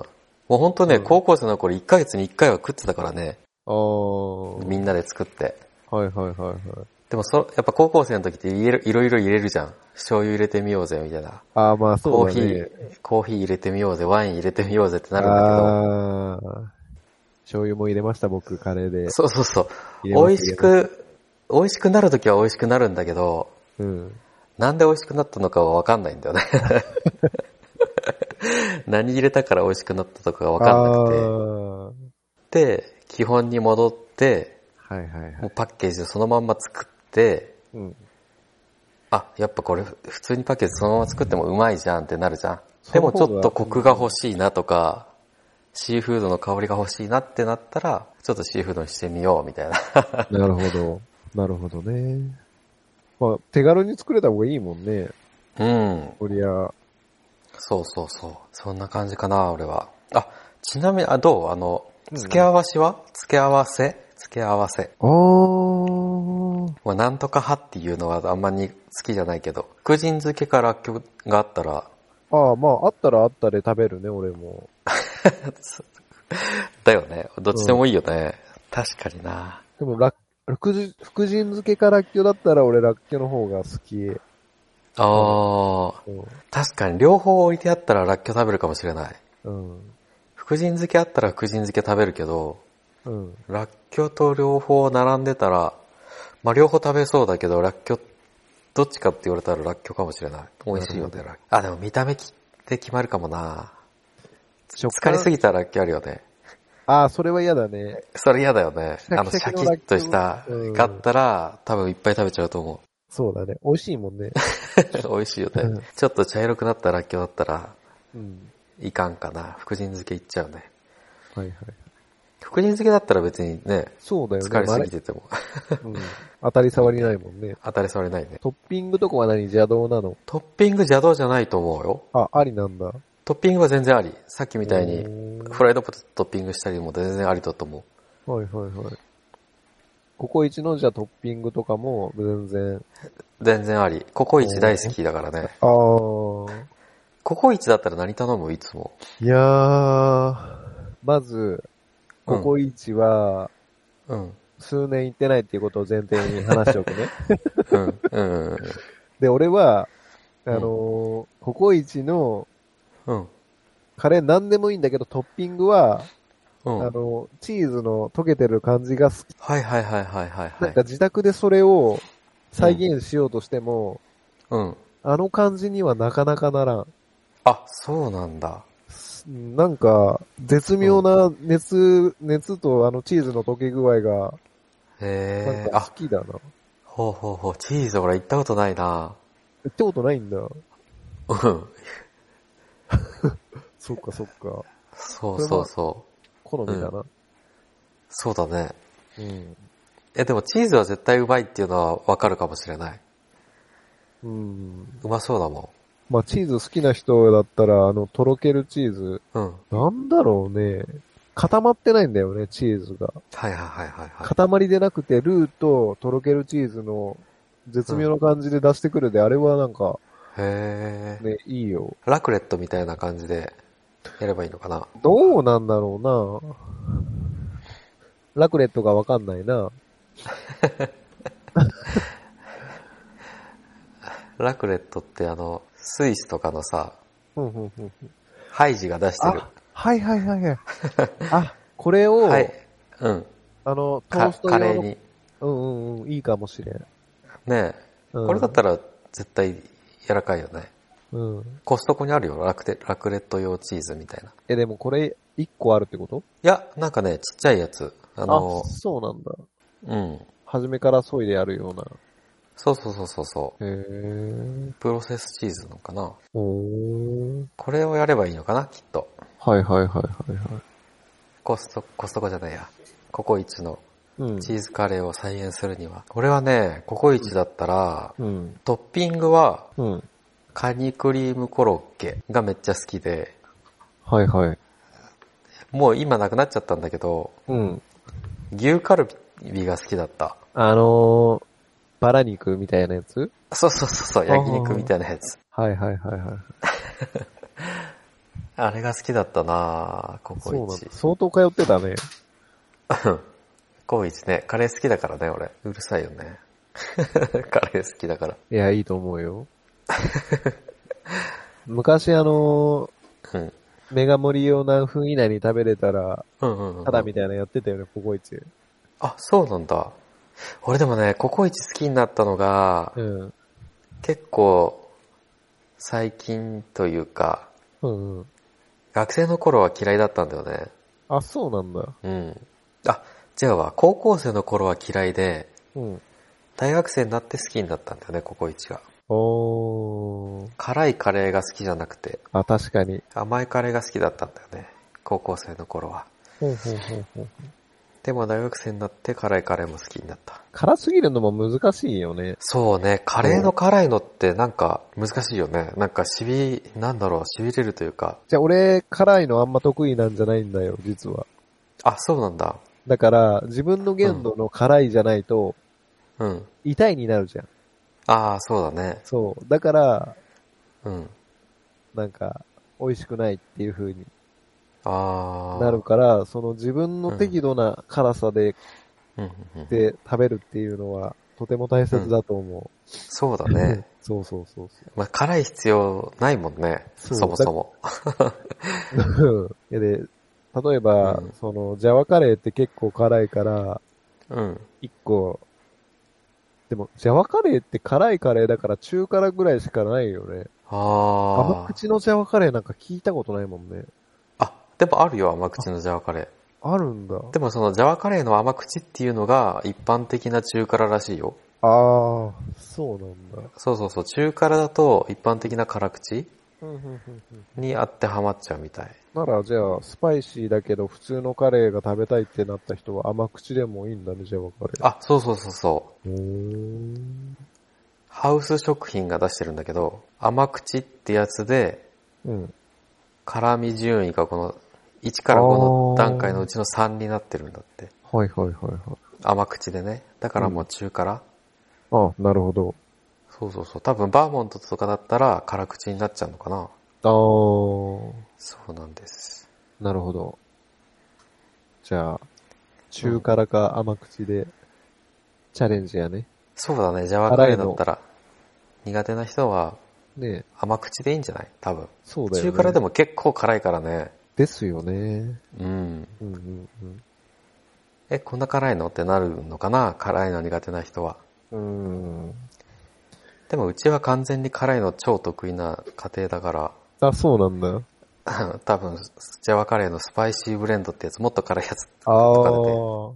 Speaker 1: もうほんとね、
Speaker 2: うん
Speaker 1: 高校生の頃1ヶ月に1回は食ってたからね、
Speaker 2: お
Speaker 1: み
Speaker 2: ー。
Speaker 1: んなで作って。
Speaker 2: はいはいはいはい。
Speaker 1: でもそ、やっぱ高校生の時って入れるいろいろ入れるじゃん。醤油入れてみようぜ、みたいな。
Speaker 2: あー、まあ、
Speaker 1: コ
Speaker 2: そ
Speaker 1: ー
Speaker 2: う
Speaker 1: ヒ
Speaker 2: だね。
Speaker 1: ー、コーヒー入れてみようぜ、ワイン入れてみようぜってなるんだ
Speaker 2: あー。醤油も入れました、僕、カレーで
Speaker 1: けど。。そうそうそう。
Speaker 2: 入れます
Speaker 1: 美味し。く、美味しくなるときは美味しくなるんだけど、
Speaker 2: 入れます
Speaker 1: なんで美味しくなったのかはわかんないんだよ ね。何入れたから美味しくなったとかが
Speaker 2: うん。
Speaker 1: わかんなく
Speaker 2: あー
Speaker 1: て、で、基本に戻って、
Speaker 2: はいはいはい
Speaker 1: もう。パッケージをそのまんま作って、
Speaker 2: うん。
Speaker 1: あ、やっぱこれ普通にパッケージそのまま作ってもうまいじゃんってなるじゃん。
Speaker 2: そう
Speaker 1: でもちょっとコクが欲しいなとか、シーフードの香りが欲しいなってなったら、ちょっとシーフードにしてみようみたい な。
Speaker 2: なるほど。なるほどね。まあ、手軽に作れた方がいいもんね。
Speaker 1: うん。
Speaker 2: こりゃ。
Speaker 1: そうそうそう。そんな感じかな、俺は。あ、ちなみに、あ、どうあの、
Speaker 2: うん
Speaker 1: 付け合わしは付け合わせ付け合わせ。
Speaker 2: あー。
Speaker 1: まあ、なんとか派っていうのはあんまり好きじゃないけど、福神漬けから曲があったら、
Speaker 2: ああ、まあ、あったらあったで食べるね、俺も。
Speaker 1: だよね。どっちでもいいよね。確かにな。
Speaker 2: でも、ら、福神、福神漬けからっきょだったら俺らっきょの方が好き。うん
Speaker 1: あー、確かに両方置いてあったらラッキョ食べるかもしれない。
Speaker 2: うん。
Speaker 1: 福神漬けあったら福神漬け食べるけど、
Speaker 2: うん。
Speaker 1: ラッキョと両方並んでたら、まあ両方食べそうだけど、ラッキョ、どっちかって言われたらラッキョかもしれない。美味しいよね、ラッキョ。あ、でも見た目きって決まるかもな。
Speaker 2: 食
Speaker 1: 疲れす
Speaker 2: ぎ。
Speaker 1: ぎたらラッキョあるよね。
Speaker 2: ああ、それは嫌だね。
Speaker 1: それ嫌だよね。
Speaker 2: シャキシャキの
Speaker 1: あの、シャキッとした
Speaker 2: ラッキョウうん、
Speaker 1: があったら、多分いっぱい食べちゃうと思う。
Speaker 2: そうだね。美味しいもんね。
Speaker 1: 美味しいよ
Speaker 2: うん
Speaker 1: ね。ちょっと茶色くなったらっきょうだったら、
Speaker 2: うん。
Speaker 1: いかんかな。福神漬けいっちゃうね。
Speaker 2: はいはい。
Speaker 1: 福神漬けだったら別にね、
Speaker 2: そうだよね。
Speaker 1: 疲れすぎ
Speaker 2: て、
Speaker 1: てても
Speaker 2: うん。当たり障りないもんね。
Speaker 1: 当たり障りないね。
Speaker 2: トッピングとかは何邪道なの
Speaker 1: トッピング邪道じゃないと思うよ。
Speaker 2: あ、ありなんだ。
Speaker 1: トッピングは全然あり。さっきみたいに
Speaker 2: おー
Speaker 1: フライドポテトトッピングしたりも全然ありだと思う。
Speaker 2: はいはいはい。ココイチのじゃあトッピングとかも全然。
Speaker 1: 全然あり。ココイチ大好きだからね。
Speaker 2: あー。
Speaker 1: ココイチだったら何頼むいつも。
Speaker 2: いやー。まず、ココイチは、
Speaker 1: うん。
Speaker 2: 数年行ってないっていうことを前提に話しておくね。
Speaker 1: うん。うん。
Speaker 2: で、俺は、あのーココイチの
Speaker 1: うん。
Speaker 2: カレー何でもいいんだけど、トッピングは、
Speaker 1: うん。
Speaker 2: あ
Speaker 1: は
Speaker 2: のーチーズの溶けてる感じが好き。
Speaker 1: いはいはいはいはいは
Speaker 2: なん
Speaker 1: い
Speaker 2: か。自宅でそれを再現しようとしても、
Speaker 1: うん。
Speaker 2: あの感じにはなかなかならん。
Speaker 1: あ、そうなんだ。
Speaker 2: うんなんか、絶妙な熱、熱とあのチーズの溶け具合が、な
Speaker 1: へ
Speaker 2: ん
Speaker 1: え。
Speaker 2: か
Speaker 1: あ
Speaker 2: 好、きだな。
Speaker 1: ほうほうほう。チーズ俺行ったことないな
Speaker 2: 行ったことないんだ。
Speaker 1: うん。
Speaker 2: そっかそっか。
Speaker 1: そうそうそう。
Speaker 2: 好みだな。
Speaker 1: そうだね。
Speaker 2: うん。
Speaker 1: え、でもチーズは絶対うまいっていうのはわかるかもしれない。
Speaker 2: うん。
Speaker 1: うまそうだも
Speaker 2: まあ、チーズ好きな人だったら、あの、とろけるチーズ、
Speaker 1: ん。うん。
Speaker 2: なんだろうね。固まってないんだよね、チーズが。
Speaker 1: はいはいはいはいはい。
Speaker 2: 塊でなくて、ルーととろけるチーズの絶妙な感じで出してくるで、あれはなんか、
Speaker 1: へえ。
Speaker 2: ね、いいよ。
Speaker 1: ラクレットみたいな感じでやればいいのかな。
Speaker 2: どうなんだろうなラクレットがわかんないな。
Speaker 1: ラクレットってあの、スイスとかのさ、
Speaker 2: ふんふんふんふん
Speaker 1: ハイジが出してる
Speaker 2: あ。、はいはいはい はい。あ、これを、
Speaker 1: はい。うん。
Speaker 2: あの、トー
Speaker 1: か
Speaker 2: スト用
Speaker 1: カ
Speaker 2: の
Speaker 1: レーに。
Speaker 2: うんうんうん、いいかもしれん。
Speaker 1: ねえ。
Speaker 2: うん、
Speaker 1: これだったら絶対柔らかいよね。
Speaker 2: うん。
Speaker 1: コストコにあるよ、ラクテラクレット用チーズみたいな。い
Speaker 2: え、でもこれ、一個あるってこと
Speaker 1: や、なんかね、ちっちゃいやつ。あ
Speaker 2: あ
Speaker 1: の、
Speaker 2: そうなんだ。
Speaker 1: うん。
Speaker 2: 初めからそいでやるような。
Speaker 1: そうそうそうそうそう。
Speaker 2: へえ。
Speaker 1: プロセスチーズのかな。
Speaker 2: おー。
Speaker 1: これをやればいいのかな、きっと。
Speaker 2: はいはいはいはいはい。
Speaker 1: コスト、コストコじゃないや。ココイチの
Speaker 2: うん。
Speaker 1: チーズカレーを再現するには。俺はね、ココイチだったら、
Speaker 2: うん。
Speaker 1: トッピングは
Speaker 2: うん。
Speaker 1: カニクリームコロッケがめっちゃ好きで、
Speaker 2: はいはい。
Speaker 1: もう今なくなっちゃったんだけど、
Speaker 2: うん。
Speaker 1: 牛カルビが好きだった。
Speaker 2: あのー、バラ肉みたいなやつ
Speaker 1: そうそうそうそう、
Speaker 2: あー
Speaker 1: 焼肉みたいなやつ。
Speaker 2: はいはいはいはい。
Speaker 1: あれが好きだったなぁコ
Speaker 2: そうな
Speaker 1: コ
Speaker 2: ん
Speaker 1: イチ
Speaker 2: だ。。相当通ってたね。
Speaker 1: コ コイチね、カレー好きだからね、俺。うるさいよね。 カレー好きだから。
Speaker 2: いや、いいと思う よ。昔あの
Speaker 1: うん。
Speaker 2: ー、メガ盛り用何分以内に食べれたら、
Speaker 1: うんうん、うん。
Speaker 2: ただみたいなのやってたよね、ココイチ。
Speaker 1: あ、そうなんだ。俺でもね、ココイチ好きになったのが、
Speaker 2: うん。
Speaker 1: 結構、最近というか、
Speaker 2: うんうん。
Speaker 1: 学生の頃は嫌いだったんだよね。
Speaker 2: あ、そうなんだ。
Speaker 1: うん。あ、違うわ。高校生の頃は嫌いで、
Speaker 2: うん。
Speaker 1: 大学生になって好きになったんだよね、ココイチが。
Speaker 2: おー。
Speaker 1: 辛いカレーが好きじゃなくて、
Speaker 2: あ、確かに。
Speaker 1: 甘いカレーが好きだったんだよね。高校生の頃は。
Speaker 2: ほうほうほうほう。
Speaker 1: でも大学生になって辛いカレーも好きになった。
Speaker 2: 辛すぎるのも難しいよね。
Speaker 1: そうね、カレーの辛いのってなんか難しいよね。なんかしび、なんだろう、しびれるというか。
Speaker 2: じゃあ俺、辛いのあんま得意なんじゃないんだよ、実は。
Speaker 1: あ、そうなんだ。
Speaker 2: だから、自分の限度の辛いじゃないと、
Speaker 1: うん。
Speaker 2: 痛いになるじゃん。
Speaker 1: ああ、そうだね。
Speaker 2: そう。だから、
Speaker 1: うん。
Speaker 2: なんか、美味しくないっていう風に
Speaker 1: ああ。
Speaker 2: なる。から、その自分の適度な辛さで、
Speaker 1: うんうんうん、
Speaker 2: で食べるっていうのは、とても大切だと思
Speaker 1: そうだ
Speaker 2: う。
Speaker 1: ね。
Speaker 2: そうそうそうそう。
Speaker 1: まあ、辛い必要ないもんね。
Speaker 2: そう
Speaker 1: そもそも。
Speaker 2: うん いやで、例えば、
Speaker 1: うん
Speaker 2: その、ジャワカレーって結構辛いから、
Speaker 1: うん。
Speaker 2: 一個、でも、ジャワカレーって辛いカレーだから中辛ぐらいしかないよね。
Speaker 1: あ
Speaker 2: 甘
Speaker 1: あ。
Speaker 2: 口のジャワカレーなんか聞いたことないもんね。
Speaker 1: あ、でもあるよ、甘口のジャワカレー。
Speaker 2: あるんだ。
Speaker 1: でもそのジャワカレーの甘口っていうのが一般的な中辛らしいよ。
Speaker 2: ああ、そうなんだ。
Speaker 1: そうそうそう、中辛だと一般的な辛口
Speaker 2: うんうんうんうん
Speaker 1: に当てはまっちゃうみたい。
Speaker 2: なら、じゃあ、スパイシーだけど普通のカレーが食べたいってなった人は甘口でもいいんだね、じゃあわかる。
Speaker 1: あ、そうそうそうそう。
Speaker 2: うーん。
Speaker 1: ハウス食品が出してるんだけど、甘口ってやつで、
Speaker 2: うん。
Speaker 1: 辛味順位がこの1から5の段階のうちの3になってるんだって。
Speaker 2: はいはいはいはい。
Speaker 1: 甘口でね。だからもう中辛、
Speaker 2: あなるほど。
Speaker 1: そうそうそう。多分バーモントとかだったら辛口になっちゃうのかな。
Speaker 2: あー、
Speaker 1: そうなんです。
Speaker 2: なるほど。じゃあ、中辛か甘口で、チャレンジやね。
Speaker 1: そうだね。ジャワカレーだったら苦手な人は
Speaker 2: ねえ
Speaker 1: 甘口でいいんじゃない多分。
Speaker 2: そうだよね。
Speaker 1: 中辛で
Speaker 2: も。
Speaker 1: も結構辛いからね。
Speaker 2: ですよね。
Speaker 1: うん。
Speaker 2: うんうんうん。
Speaker 1: え、こんな辛いのってなるのかな辛いの苦手な人は。
Speaker 2: うーん。
Speaker 1: でもうちは完全に辛いの超得意な家庭だから。
Speaker 2: あ、そうなんだ。
Speaker 1: 多分、ジャワカレーのスパイシーブレンドってやつ、もっと辛いやつ
Speaker 2: ああ
Speaker 1: とか
Speaker 2: ー。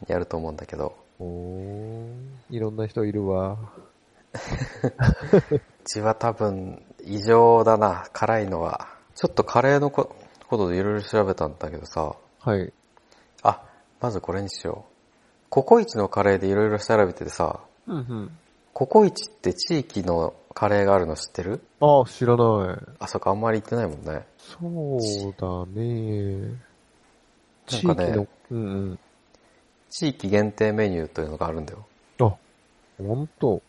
Speaker 1: でてやると思うんだけど、
Speaker 2: おいろんな人いるわ。
Speaker 1: うちは多分、異常だな、辛いのは。ちょっとカレーのこことでいろいろ調べたんだけどさ、
Speaker 2: はい。
Speaker 1: あ、まずこれにしよう。ココイチのカレーでいろいろ調べててさ、
Speaker 2: うんうん。
Speaker 1: ココイチって地域のカレーがあるの知ってる
Speaker 2: ああ、知らない。
Speaker 1: あ、そっか、あんまり行ってないもんね。
Speaker 2: そうだね。地域
Speaker 1: な
Speaker 2: の、
Speaker 1: んかね
Speaker 2: うんうん。
Speaker 1: 地域限定メニューというのがあるんだよ。
Speaker 2: あ、ほんと。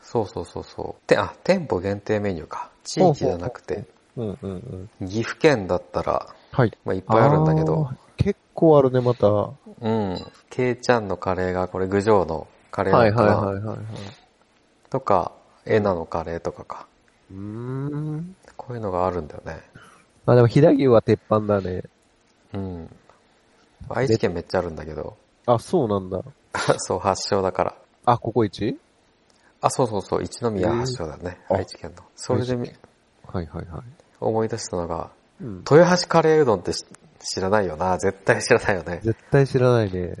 Speaker 1: そうそうそうそう。て、あ、店舗限定メニューか。地域じゃなくて、
Speaker 2: うんうんうん。
Speaker 1: 岐阜県だったら、
Speaker 2: はい。いっ
Speaker 1: まあ、いっぱいあるんだけど、。
Speaker 2: 結構あるね、また。は
Speaker 1: うん。ケイちゃんのカレーが、これ、郡上のカ
Speaker 2: い
Speaker 1: レー
Speaker 2: は
Speaker 1: ないのか
Speaker 2: はい
Speaker 1: な、
Speaker 2: はいはい。
Speaker 1: とか、エナのカレーとかか。
Speaker 2: うーん。
Speaker 1: こういうのがあるんだよね。
Speaker 2: まあでも、飛騨牛は鉄板だね。
Speaker 1: うん。愛知県めっちゃあるんだけど、
Speaker 2: あ、そうなんだ。
Speaker 1: そう、発祥だから。
Speaker 2: あ、ここ一
Speaker 1: あ、そうそうそう、一宮
Speaker 2: へー
Speaker 1: 発祥だね。
Speaker 2: あ
Speaker 1: 愛知県の。それでみ
Speaker 2: はいはいはい。
Speaker 1: 思い出したのが、
Speaker 2: うん。
Speaker 1: 豊橋カレーうどんってし知らないよな。絶対知らないよね。
Speaker 2: 絶対知らないね。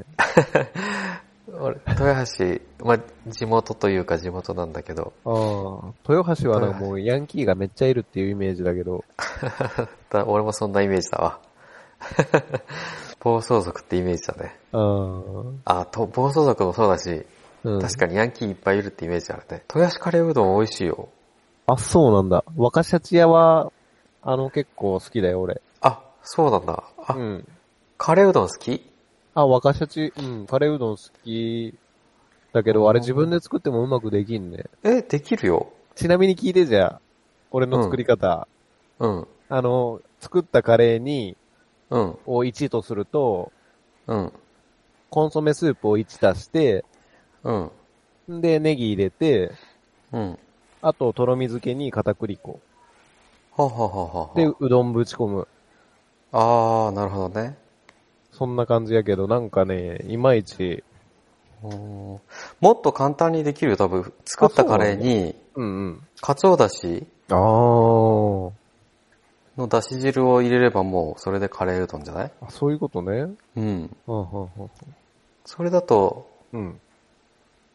Speaker 1: 俺、豊橋、まあ、地元というか地元なんだけど、
Speaker 2: ああ、豊橋はなんかもうヤンキーがめっちゃいるっていうイメージだけど、
Speaker 1: だ俺もそんなイメージだわ。 暴走族ってイメージだね。
Speaker 2: あー
Speaker 1: あ、と、暴走族もそうだし、
Speaker 2: うん。
Speaker 1: 確かにヤンキーいっぱいいるってイメージあるね。豊橋カレーうどん美味しいよ。
Speaker 2: あ、そうなんだ。若シャチ屋は、あの結構好きだよ、俺。
Speaker 1: あ、そうなんだ。あ、
Speaker 2: うん。
Speaker 1: カレーうどん好き
Speaker 2: あ、若シャチ、うん、カレーうどん好きだけど、あれ自分で作ってもうまくできんね。
Speaker 1: え、できるよ。
Speaker 2: ちなみに聞いてじゃあ、俺の作り方。
Speaker 1: うん、
Speaker 2: あの、作ったカレーに、
Speaker 1: うん、
Speaker 2: を1とすると、
Speaker 1: うん、
Speaker 2: コンソメスープを1足して、
Speaker 1: うん、
Speaker 2: んで、ネギ入れて、
Speaker 1: うん。
Speaker 2: あと、とろみ漬けに片栗粉。
Speaker 1: ははははは
Speaker 2: で、うどんぶち込む。
Speaker 1: あー、なるほどね。
Speaker 2: そんな感じやけど、なんかね、いまいち、
Speaker 1: おーもっと簡単にできるよ、多分。作ったカレーに、
Speaker 2: うんうん。
Speaker 1: カツオだし
Speaker 2: あー
Speaker 1: のだし汁を入れればもう、それでカレーうどんじゃない
Speaker 2: あ。そういうことね。
Speaker 1: うん。
Speaker 2: はあはあはあ
Speaker 1: それだと、
Speaker 2: うん。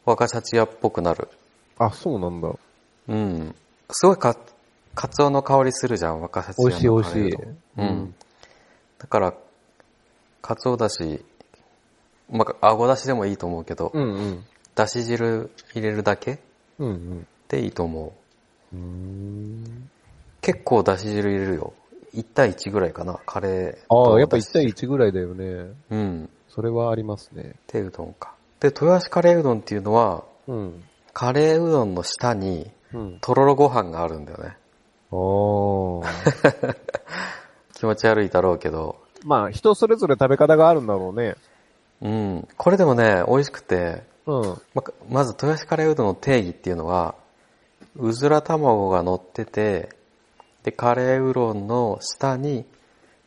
Speaker 1: 若シャチ屋っぽくなる。
Speaker 2: あ、そうなんだ。
Speaker 1: うん。すごいか、カツオの香りするじゃん、若さち
Speaker 2: 美味しい美味しい。
Speaker 1: ううん。だから、カツオだし、まあ、あごだしでもいいと思うけど、
Speaker 2: うんうん。
Speaker 1: だし汁入れるだけ
Speaker 2: うん
Speaker 1: でいいと思う。
Speaker 2: うん。うん。
Speaker 1: 結構だし汁入れるよ。1対1ぐらいかな、カレー。
Speaker 2: ああ、やっぱ1対
Speaker 1: 1。
Speaker 2: 1ぐらいだよね。
Speaker 1: うん。
Speaker 2: それはありますね。
Speaker 1: で、うどんか。で、豊橋カレーうどんっていうのは、
Speaker 2: うん。
Speaker 1: カレーうどんの下に、
Speaker 2: うん。
Speaker 1: とろろご飯があるんだよね。
Speaker 2: ああ。
Speaker 1: 気持ち悪いだろうけど、
Speaker 2: まあ、人それぞれ食べ方があるんだろうね。
Speaker 1: うん。これでもね、美味しくて、
Speaker 2: うん。
Speaker 1: ままず、豊橋カレーうどんの定義っていうのは、うずら卵が乗ってて、で、カレーうどんの下に、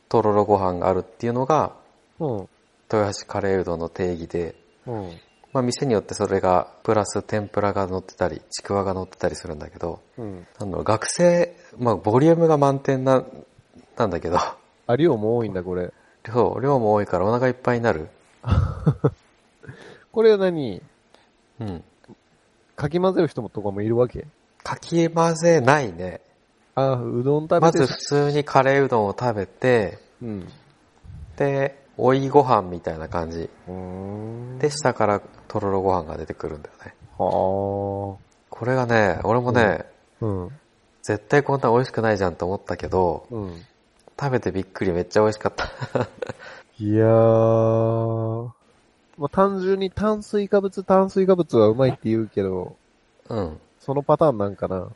Speaker 1: とろろご飯があるっていうのが、
Speaker 2: うん。
Speaker 1: 豊橋カレーうどんの定義で、
Speaker 2: うん。
Speaker 1: まあ、店によってそれが、プラス天ぷらが乗ってたり、ちくわが乗ってたりするんだけど、
Speaker 2: うん。
Speaker 1: なんだろう、学生、まあ、ボリュームが満点な、なんだけど、
Speaker 2: あ、量も多いんだ、これ。
Speaker 1: そう、量も多いからお腹いっぱいになる。
Speaker 2: これは何
Speaker 1: うん。
Speaker 2: かき混ぜる人もとかもいるわけ
Speaker 1: かき混ぜないね。
Speaker 2: あーうどん食べて
Speaker 1: まず普通にカレーうどんを食べて、
Speaker 2: うん。
Speaker 1: で、追いご飯みたいな感じ。
Speaker 2: うーん。
Speaker 1: で、下からとろろご飯が出てくるんだよね。
Speaker 2: は
Speaker 1: これがね、俺もね、
Speaker 2: あ。うん。
Speaker 1: 絶対こんなん美味しくないじゃんと思ったけど、
Speaker 2: うん。
Speaker 1: 食べてびっくりめっちゃ美味しか った。
Speaker 2: いやー。まあ、単純に炭水化物、炭水化物はうまいって言うけど、
Speaker 1: うん。
Speaker 2: そのパターンなんかな。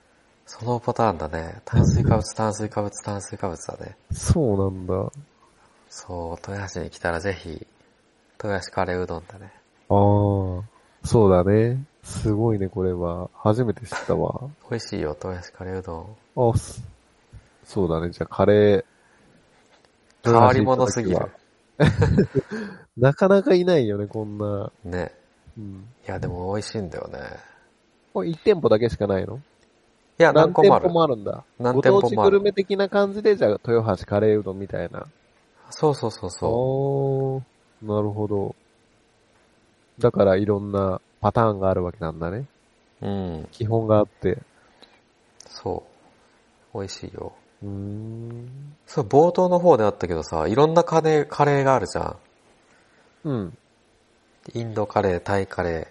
Speaker 1: そのパターンだね。炭水化物、炭水化物、炭水化物だね。
Speaker 2: そうなんだ。あ
Speaker 1: そう、豊橋に来たらぜひ、豊橋カレーうどんだね。
Speaker 2: ー。そうだね。すごいね、これは。初めて知ったわ。
Speaker 1: 美味しいよ、豊橋カレーうどん。
Speaker 2: あ、すそうだね。じゃあ、カレー。
Speaker 1: 変わり者すぎる。
Speaker 2: なかなかいないよね、こんな。
Speaker 1: ね。
Speaker 2: うん。
Speaker 1: いや、でも美味しいんだよね。
Speaker 2: これ1店舗だけしかないの
Speaker 1: いや、何
Speaker 2: 何
Speaker 1: 個
Speaker 2: 店
Speaker 1: もあ
Speaker 2: 舗
Speaker 1: る。
Speaker 2: もあるんだ。
Speaker 1: 何
Speaker 2: ご
Speaker 1: 店舗もある
Speaker 2: 当地グルメ的な感じで、じゃあ、豊橋カレーうどんみたいな。
Speaker 1: そうそうそうそ
Speaker 2: おーなるほど。だから、いろんなパターンがあるわけなんだね。
Speaker 1: う。うん。
Speaker 2: 基本があって。
Speaker 1: そう。美味しいよ。
Speaker 2: うーん。
Speaker 1: そう、冒頭の方であったけどさ、いろんなカレー、カレーがあるじゃん。
Speaker 2: うん。
Speaker 1: インドカレー、タイカレー、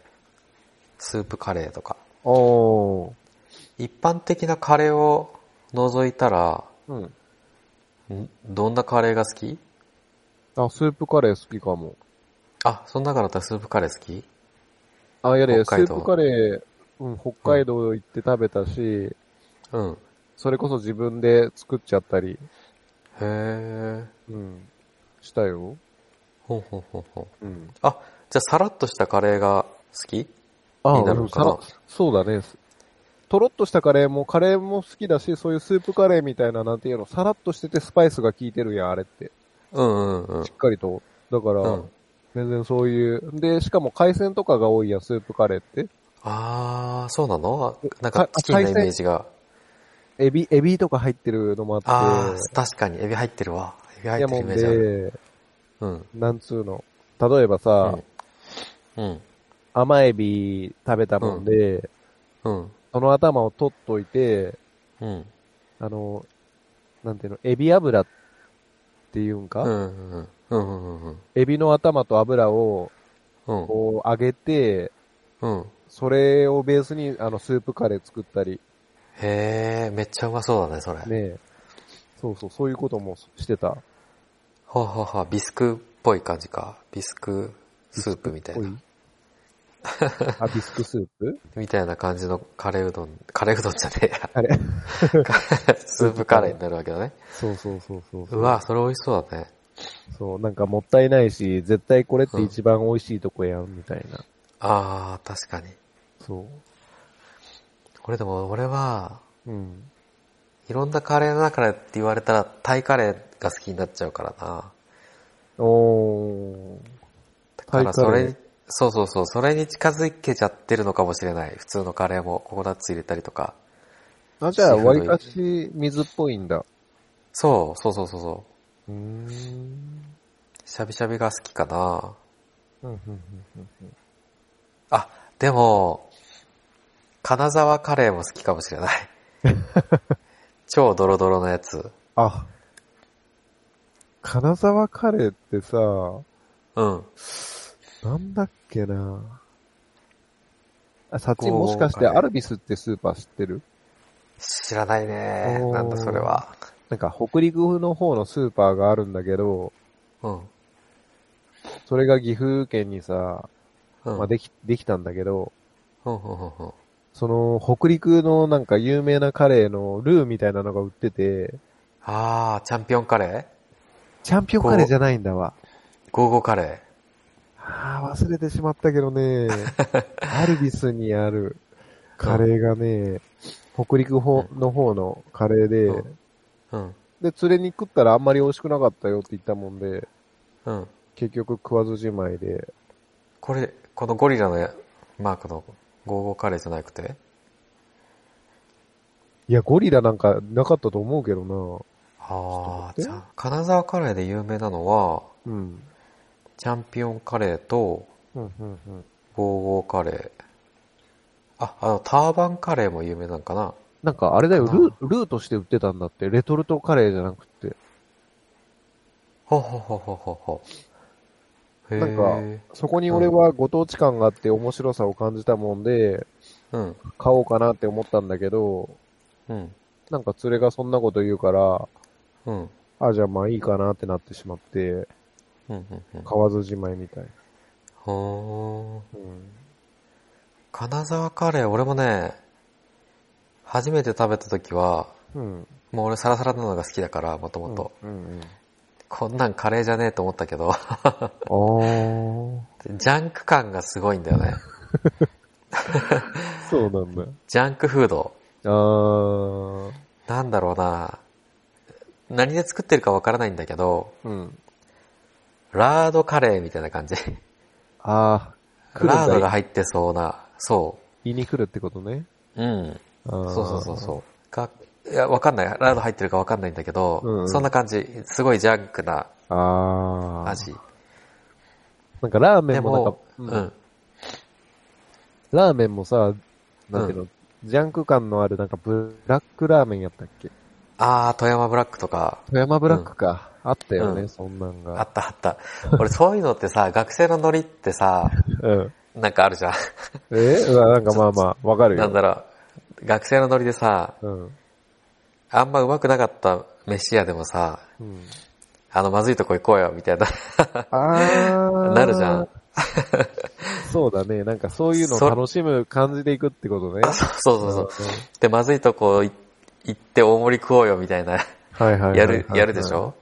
Speaker 1: スープカレーとか。
Speaker 2: おー。
Speaker 1: 一般的なカレーを除いたら、
Speaker 2: うん。
Speaker 1: んどんなカレーが好き
Speaker 2: あ、スープカレー好きかも。
Speaker 1: あ、その中だったらスープカレー好き
Speaker 2: あ、やれ、ス
Speaker 1: 北海
Speaker 2: ー
Speaker 1: 道
Speaker 2: プカレー、うん、北海道行って食べたし、
Speaker 1: うん。
Speaker 2: それこそ自分で作っちゃったり、
Speaker 1: へー。
Speaker 2: うん、したよ。
Speaker 1: ほんほんほんほん。
Speaker 2: うん。
Speaker 1: あ、じゃあさらっとしたカレーが好き
Speaker 2: あ
Speaker 1: になるのかな
Speaker 2: うんさらそうだね。とろっとしたカレーも、カレーも好きだし、そういうスープカレーみたいな、なんていうの、さらっとしててスパイスが効いてるやん、あれって。
Speaker 1: うんうんうん
Speaker 2: し。っかりと。だから、
Speaker 1: うん。
Speaker 2: 全然そういう。で、しかも海鮮とかが多いやん、スープカレーって。
Speaker 1: あー、そうなのあなん
Speaker 2: か
Speaker 1: かチキンの
Speaker 2: 海
Speaker 1: イ
Speaker 2: 鮮
Speaker 1: メージが。
Speaker 2: エビ、エビとか入ってるのもあ
Speaker 1: あ
Speaker 2: っ
Speaker 1: ー、確かにエビ入ってるわ。エビ
Speaker 2: て、
Speaker 1: 入
Speaker 2: や
Speaker 1: ってる
Speaker 2: も
Speaker 1: イ
Speaker 2: ん
Speaker 1: メージある。
Speaker 2: で、
Speaker 1: うん。
Speaker 2: なんつうの。例えばさ、
Speaker 1: うん。うん。
Speaker 2: 甘エビ食べたもんで、
Speaker 1: うん。
Speaker 2: その頭を取っといて、
Speaker 1: うん。
Speaker 2: あの、なんていうの、エビ油っていうんか、
Speaker 1: うんうんうんうんうん
Speaker 2: エビの頭と油を
Speaker 1: うんうん
Speaker 2: こう揚げて、
Speaker 1: うん
Speaker 2: それをベースにあのスープカレー作ったり、
Speaker 1: へえめっちゃうまそうだねそれ、
Speaker 2: ねえそうそう、そういうこともしてた。
Speaker 1: はあはあはあビスクっぽい感じかビスクスープみたい
Speaker 2: おい
Speaker 1: な
Speaker 2: あ、ビスクスープ
Speaker 1: みたいな感じのカレーうどんカレーうどんじゃねえ
Speaker 2: あれ
Speaker 1: やスープカレーになるわけだね
Speaker 2: そうそうそうそうそう
Speaker 1: うわそれ美味しそうだね
Speaker 2: そう、なんかもったいないし、絶対これって一番美味しいとこやん、みたいな。
Speaker 1: あー確かに
Speaker 2: そ
Speaker 1: これでも俺は
Speaker 2: う。うん。
Speaker 1: いろんなカレーの中でって言われたらタイカレーが好きになっちゃうからな
Speaker 2: おー。
Speaker 1: だからそ
Speaker 2: タイカレ
Speaker 1: れ
Speaker 2: ー
Speaker 1: そうそうそうそれに近づけちゃってるのかもしれない普通のカレーもココナッツ入れたりとか
Speaker 2: あ、じゃ
Speaker 1: シ
Speaker 2: あ、
Speaker 1: ーフード
Speaker 2: わりかし水っぽいんだ。
Speaker 1: そうそうそうそうそう
Speaker 2: うーん。
Speaker 1: しゃびしゃびが好きかな
Speaker 2: うんうんうんうん
Speaker 1: あ、でも、金沢カレーも好きかもしれない。 超ドロドロのやつ。
Speaker 2: あ、金沢カレーってさ、
Speaker 1: うん。
Speaker 2: なんだっけなあ、さ
Speaker 1: ゴ
Speaker 2: ち
Speaker 1: ーゴー
Speaker 2: もしかして
Speaker 1: カレー
Speaker 2: アルビスってスーパー知ってる
Speaker 1: 知らないね。
Speaker 2: おー
Speaker 1: なんだそれは。
Speaker 2: なんか北陸の方のスーパーがあるんだけど、
Speaker 1: うん。
Speaker 2: それが岐阜県にさ、
Speaker 1: うん。
Speaker 2: まあ、でき、できたんだけど、
Speaker 1: うんうんうんうん
Speaker 2: その北陸のなんか有名なカレーのルーみたいなのが売ってて、
Speaker 1: あー、チャンピオンカレー
Speaker 2: チャンピオンカレーじゃないんだわ。
Speaker 1: ゴーゴーカレー。
Speaker 2: ああ、忘れてしまったけど ね。アルビスにあるカレーがね、北陸方の方のカレーで、
Speaker 1: うんうん。
Speaker 2: で、連れに食ったらあんまり美味しくなかったよって言ったもんで、
Speaker 1: うん。
Speaker 2: 結局食わずじまいで、
Speaker 1: これ、このゴリラのやマークのゴーゴーカレーじゃなくて
Speaker 2: いや、ゴリラなんかなかったと思うけどな。
Speaker 1: ああ、
Speaker 2: ちょっと待って
Speaker 1: じゃあ、金沢カレーで有名なのは、
Speaker 2: うん。
Speaker 1: チャンピオンカレーと、
Speaker 2: うん、うん、うん。
Speaker 1: ゴーゴーカレー。あ、あの、ターバンカレーも有名なのかな
Speaker 2: なんかあれだよ、
Speaker 1: かな
Speaker 2: ルー、ルーとして売ってたんだって。レトルトカレーじゃなくて。
Speaker 1: ほほほほほほ。へえ。
Speaker 2: なんか、そこに俺はご当地感があって面白さを感じたもんで、
Speaker 1: うん、
Speaker 2: 買おうかなって思ったんだけど、
Speaker 1: うん、
Speaker 2: なんか連れがそんなこと言うから、
Speaker 1: うん、
Speaker 2: あ、じゃあまあいいかなってなってしまって、
Speaker 1: うん、うん、うん。
Speaker 2: 買わずじまいみたい。
Speaker 1: ほー。
Speaker 2: うん。
Speaker 1: 金沢カレー、俺もね、初めて食べた時は、
Speaker 2: うん。
Speaker 1: もう俺サラサラなのが好きだから、もともと。
Speaker 2: うん、
Speaker 1: こんなんカレーじゃねえと思ったけど、
Speaker 2: うん。あ
Speaker 1: ジャンク感がすごいんだよね。
Speaker 2: あ。そうなんだ。
Speaker 1: ジャンクフード。
Speaker 2: あー。
Speaker 1: なんだろうな何で作ってるかわからないんだけど、
Speaker 2: うん。
Speaker 1: ラードカレーみたいな感 じ。
Speaker 2: あー。来るん
Speaker 1: ラードが
Speaker 2: だ。
Speaker 1: 入ってそうな、そ
Speaker 2: 胃に来るってことね。
Speaker 1: う。うん。
Speaker 2: そ
Speaker 1: そうそうそうそう。かいや、わかんない。ラード入ってるかわかんないんだけど、
Speaker 2: うんうん
Speaker 1: そんな感じ。すごいジャンクな
Speaker 2: う。あー。
Speaker 1: 味。
Speaker 2: なんかラーメ
Speaker 1: で
Speaker 2: ンも
Speaker 1: も、
Speaker 2: な
Speaker 1: うんん、
Speaker 2: か、うんラーメンもさ、なんていうの、ジャンク感のあるなんかブラックラーメンやったっけ
Speaker 1: あー、富山ブラックとか、
Speaker 2: 富山ブラックか。あったよ
Speaker 1: う
Speaker 2: ね、
Speaker 1: ん
Speaker 2: そんなん
Speaker 1: あ
Speaker 2: が。
Speaker 1: ったあった。俺そういうのってさ、 学生のノリってさ、
Speaker 2: うん。
Speaker 1: なんかあるじゃん。
Speaker 2: えうわなんかまあまあ、わかるよ。
Speaker 1: なんだろう。学生のノリでさ、
Speaker 2: うん。
Speaker 1: あんまうまくなかった飯屋でもさ、
Speaker 2: うん。
Speaker 1: あの、まずいとこ行こうよ、みたいな。
Speaker 2: あー。
Speaker 1: なるじゃん。
Speaker 2: そうだね。なんかそういうのを
Speaker 1: そ
Speaker 2: 楽しむ感じでいくってことね。
Speaker 1: そうそうそうそう。で、まずいとこい行って大盛り食おうよ、みたいな。
Speaker 2: うんはいはいはい
Speaker 1: やる、やるでしょ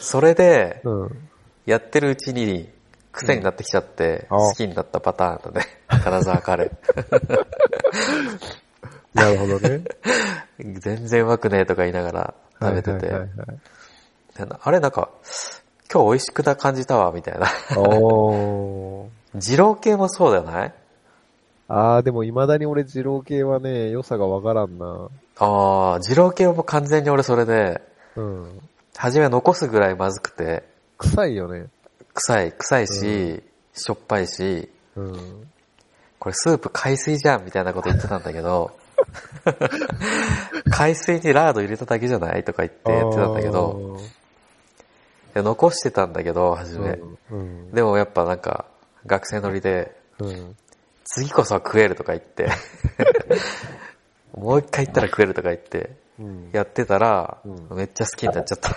Speaker 1: それで、
Speaker 2: うん。
Speaker 1: やってるうちに、癖になってきちゃって、
Speaker 2: うんあ
Speaker 1: 好きになったパターン だね。金沢カレ
Speaker 2: なるほどね。
Speaker 1: ー。全然うまくねえとか言いながら 食べてて。
Speaker 2: はいはいはいはい
Speaker 1: あれなんか、今日美味しくな感じたわ、みたいな。
Speaker 2: おー。
Speaker 1: 二郎系もそうじゃない
Speaker 2: あー、でも未だに俺二郎系はね、良さがわからんな。
Speaker 1: ああ、二郎系も完全に俺それで、
Speaker 2: うん。
Speaker 1: 初め残すぐらいまずくて、
Speaker 2: 臭いよね。
Speaker 1: 臭い、臭いし、
Speaker 2: う
Speaker 1: しょっぱいし、
Speaker 2: うん。
Speaker 1: これスープ海水じゃんみたいなこと言ってたんだけ ど、海水にラード入れただけじゃないとか言ってやってたんだけど、で残してたんだけど、初
Speaker 2: あ
Speaker 1: め。
Speaker 2: ー、うん。
Speaker 1: でもやっぱなんか、学生乗りで、
Speaker 2: うん。
Speaker 1: 次こそは食えるとか言っ て、もう一回行ったら食えるとか言って、
Speaker 2: うん。
Speaker 1: やってたら、
Speaker 2: うん
Speaker 1: めっちゃ好きになっちゃった。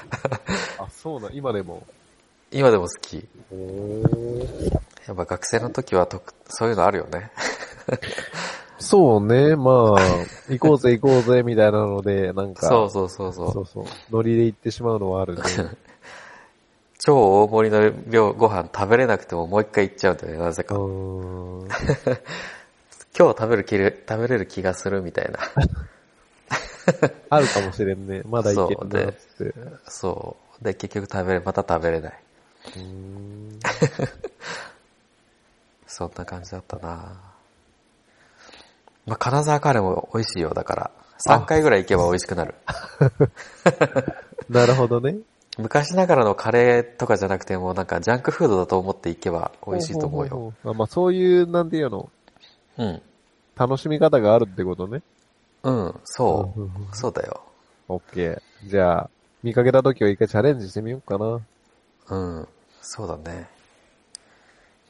Speaker 2: あ、そうな、今でも。
Speaker 1: 今でも好き。
Speaker 2: おー
Speaker 1: やっぱ学生の時はとくそういうのあるよね。
Speaker 2: そうね、まあ、行こうぜ行こうぜ、みたいなので、なんか、
Speaker 1: そうそうそうそう。
Speaker 2: そうそう。ノリで行ってしまうのはあるね。
Speaker 1: 超大盛りの量ご飯食べれなくてももう一回行っ ちゃうんだよね、なぜ
Speaker 2: う
Speaker 1: か。
Speaker 2: ーん。
Speaker 1: 今日食べる気る食べれる気がするみたいな。
Speaker 2: あるかもしれんね。まだいけるなっつって。
Speaker 1: そう。で、結局食べれ、また食べれない。
Speaker 2: うーん
Speaker 1: そんな感じだったなまあ、金沢カレーも美味しいよ、だから。3回ぐらい行けば美味しくなる。
Speaker 2: なるほどね。
Speaker 1: 昔ながらのカレーとかじゃなくても、なんかジャンクフードだと思って行けば美味しいと思う
Speaker 2: ほ
Speaker 1: よ。
Speaker 2: ほほほ。まあ、まあ、そういう、なんていうの、
Speaker 1: うん。
Speaker 2: 楽しみ方があるってことね。
Speaker 1: うん、そ
Speaker 2: うんうんうん
Speaker 1: う。そうだよ。
Speaker 2: オッケー。じゃあ、見かけた時は一回チャレンジしてみようかな。
Speaker 1: うん、そうだね。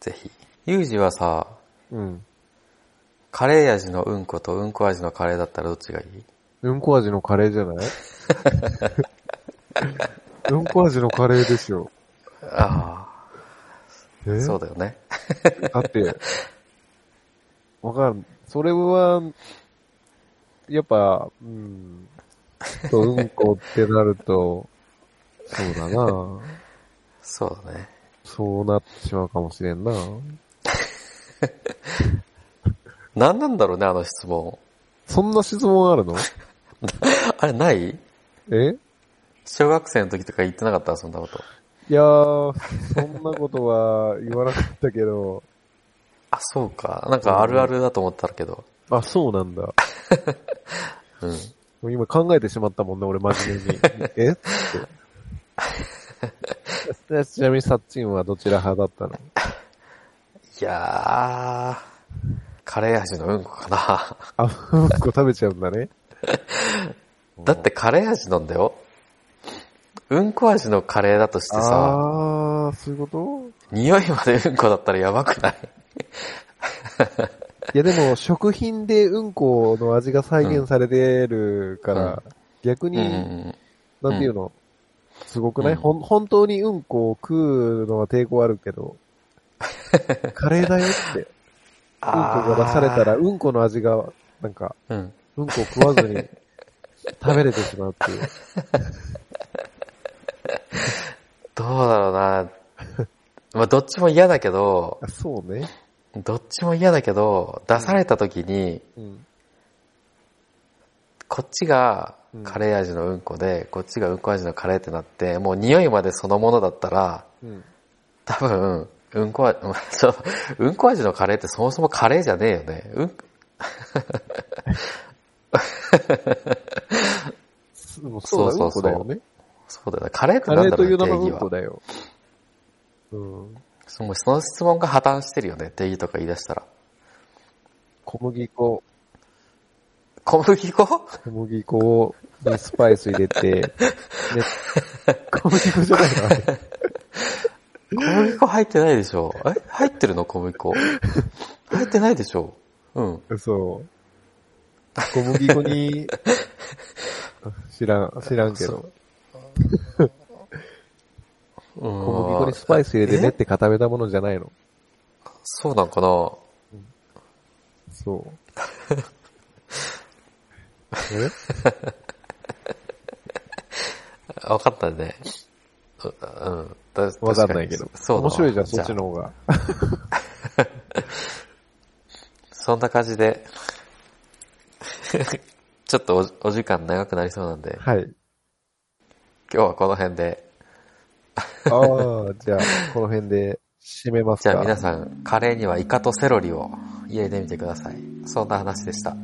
Speaker 1: ぜひ。ユージはさ、
Speaker 2: うん。
Speaker 1: カレー味のうんことうんこ味のカレーだったらどっちがいい
Speaker 2: うんこ味のカレーじ ゃないうんこ味のカレーですよ。
Speaker 1: あ
Speaker 2: え
Speaker 1: あ、そうだよね。
Speaker 2: だって、わかん、それは、やっぱ、うん、とうんこってなると、そうだな
Speaker 1: そうだね。
Speaker 2: そうなってしまうかもしれんな
Speaker 1: 何なんだろうね、あの質問。
Speaker 2: そんな質問あるの
Speaker 1: あれない
Speaker 2: え
Speaker 1: 小学生の時とか言ってなかったそんなこと。
Speaker 2: いやー、そんなことは言わなかったけど、
Speaker 1: あ、そうか。なんかあるあるだと思ったけど。
Speaker 2: あ、そうなんだ。
Speaker 1: うん。
Speaker 2: もう今考えてしまったもんね、俺真面目に。えって。で ちなみにサッチンはどちら派だったの
Speaker 1: いやー、カレー味のうんこかな。
Speaker 2: あ、うんこ食べちゃうんだね。
Speaker 1: だってカレー味なんだよ。うんこ味のカレーだとしてさ、
Speaker 2: あー、そういうこ
Speaker 1: 匂いまでうんこだったらやばくない
Speaker 2: といやでも、食品でうんこの味が再現されてるから、逆
Speaker 1: う
Speaker 2: に、
Speaker 1: んうん
Speaker 2: なんていうの、すごくない、
Speaker 1: うん
Speaker 2: ほん本当にうんこを食うのは抵抗あるけ ど、カレーだよって、うんこが出されたら、うんこの味が、なんか、
Speaker 1: ら。うん。
Speaker 2: うんこを食わずに食べれてしまうっていう。
Speaker 1: どうだろうな。 まあ、どっちも嫌だけど
Speaker 2: あ、そうね。
Speaker 1: どっちも嫌だけど、出された時に、
Speaker 2: うん。
Speaker 1: こっちが
Speaker 2: うん
Speaker 1: カレー味のうんこで、こっちがうんこ味のカレーってなって、もう匂いまでそのものだったら、
Speaker 2: うん。
Speaker 1: 多分、うんこ味、 そう、うんこ味のカレーってそもそもカレーじゃねえよね。うん、
Speaker 2: すもうそうだ、
Speaker 1: そううんそうそ
Speaker 2: こ
Speaker 1: う
Speaker 2: だよね。
Speaker 1: そうだよね。カレーって
Speaker 2: カ
Speaker 1: なん
Speaker 2: レ
Speaker 1: だ
Speaker 2: ー
Speaker 1: ろ
Speaker 2: と
Speaker 1: う
Speaker 2: い
Speaker 1: ね、
Speaker 2: う名
Speaker 1: 定
Speaker 2: のう
Speaker 1: 義
Speaker 2: んこ
Speaker 1: は。
Speaker 2: だよ。うん。
Speaker 1: そのその質問が破綻してるよね、定義とか言い出したら。
Speaker 2: 小麦粉、
Speaker 1: 小麦 粉
Speaker 2: 小麦粉をにスパイス入れて、ね、小麦粉じゃないのあれ
Speaker 1: 小麦粉入ってないでしょ。え入ってるの小麦粉。入ってないでしょ。うん。
Speaker 2: そう。小麦粉に、知らん、知らんけ
Speaker 1: そ
Speaker 2: ど。
Speaker 1: 小
Speaker 2: 小麦粉にスパイス入れてねって固めたものじゃないの。
Speaker 1: そうなんかな
Speaker 2: そう。え
Speaker 1: あわかったね。ううん。だ
Speaker 2: わかんないけど
Speaker 1: 確。にそうだわ
Speaker 2: 面白いじゃん、そっち
Speaker 1: じゃあ
Speaker 2: の方が。
Speaker 1: そんな感じで、 ちょっとおお時間長くなりそうなんで、
Speaker 2: はい。
Speaker 1: 今日はこの辺で、
Speaker 2: ああ、じゃあ、この辺で締めます
Speaker 1: じ
Speaker 2: か。
Speaker 1: ゃあ皆さん、カレーにはイカとセロリを入れてみてください。そんな話でした。
Speaker 2: あ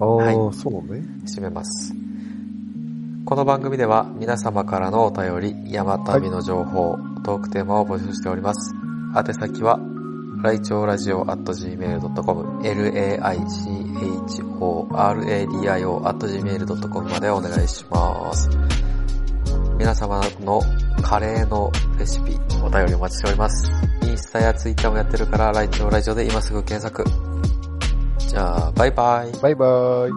Speaker 2: あ、
Speaker 1: は
Speaker 2: そうね。
Speaker 1: 締めます。この番組では皆様からのお便り、山旅の情報、トークテーマを募集しております。宛先は、ライチョウラジオ at gmail.com、laichoradio at gmail.com までお願いします。皆様のカレーのレシピ、お便りお待ちしております。インスタやツイッターもやってるから、ライチョウラジオで今すぐ検索。じゃあ、バイバイ。
Speaker 2: バイバーイ。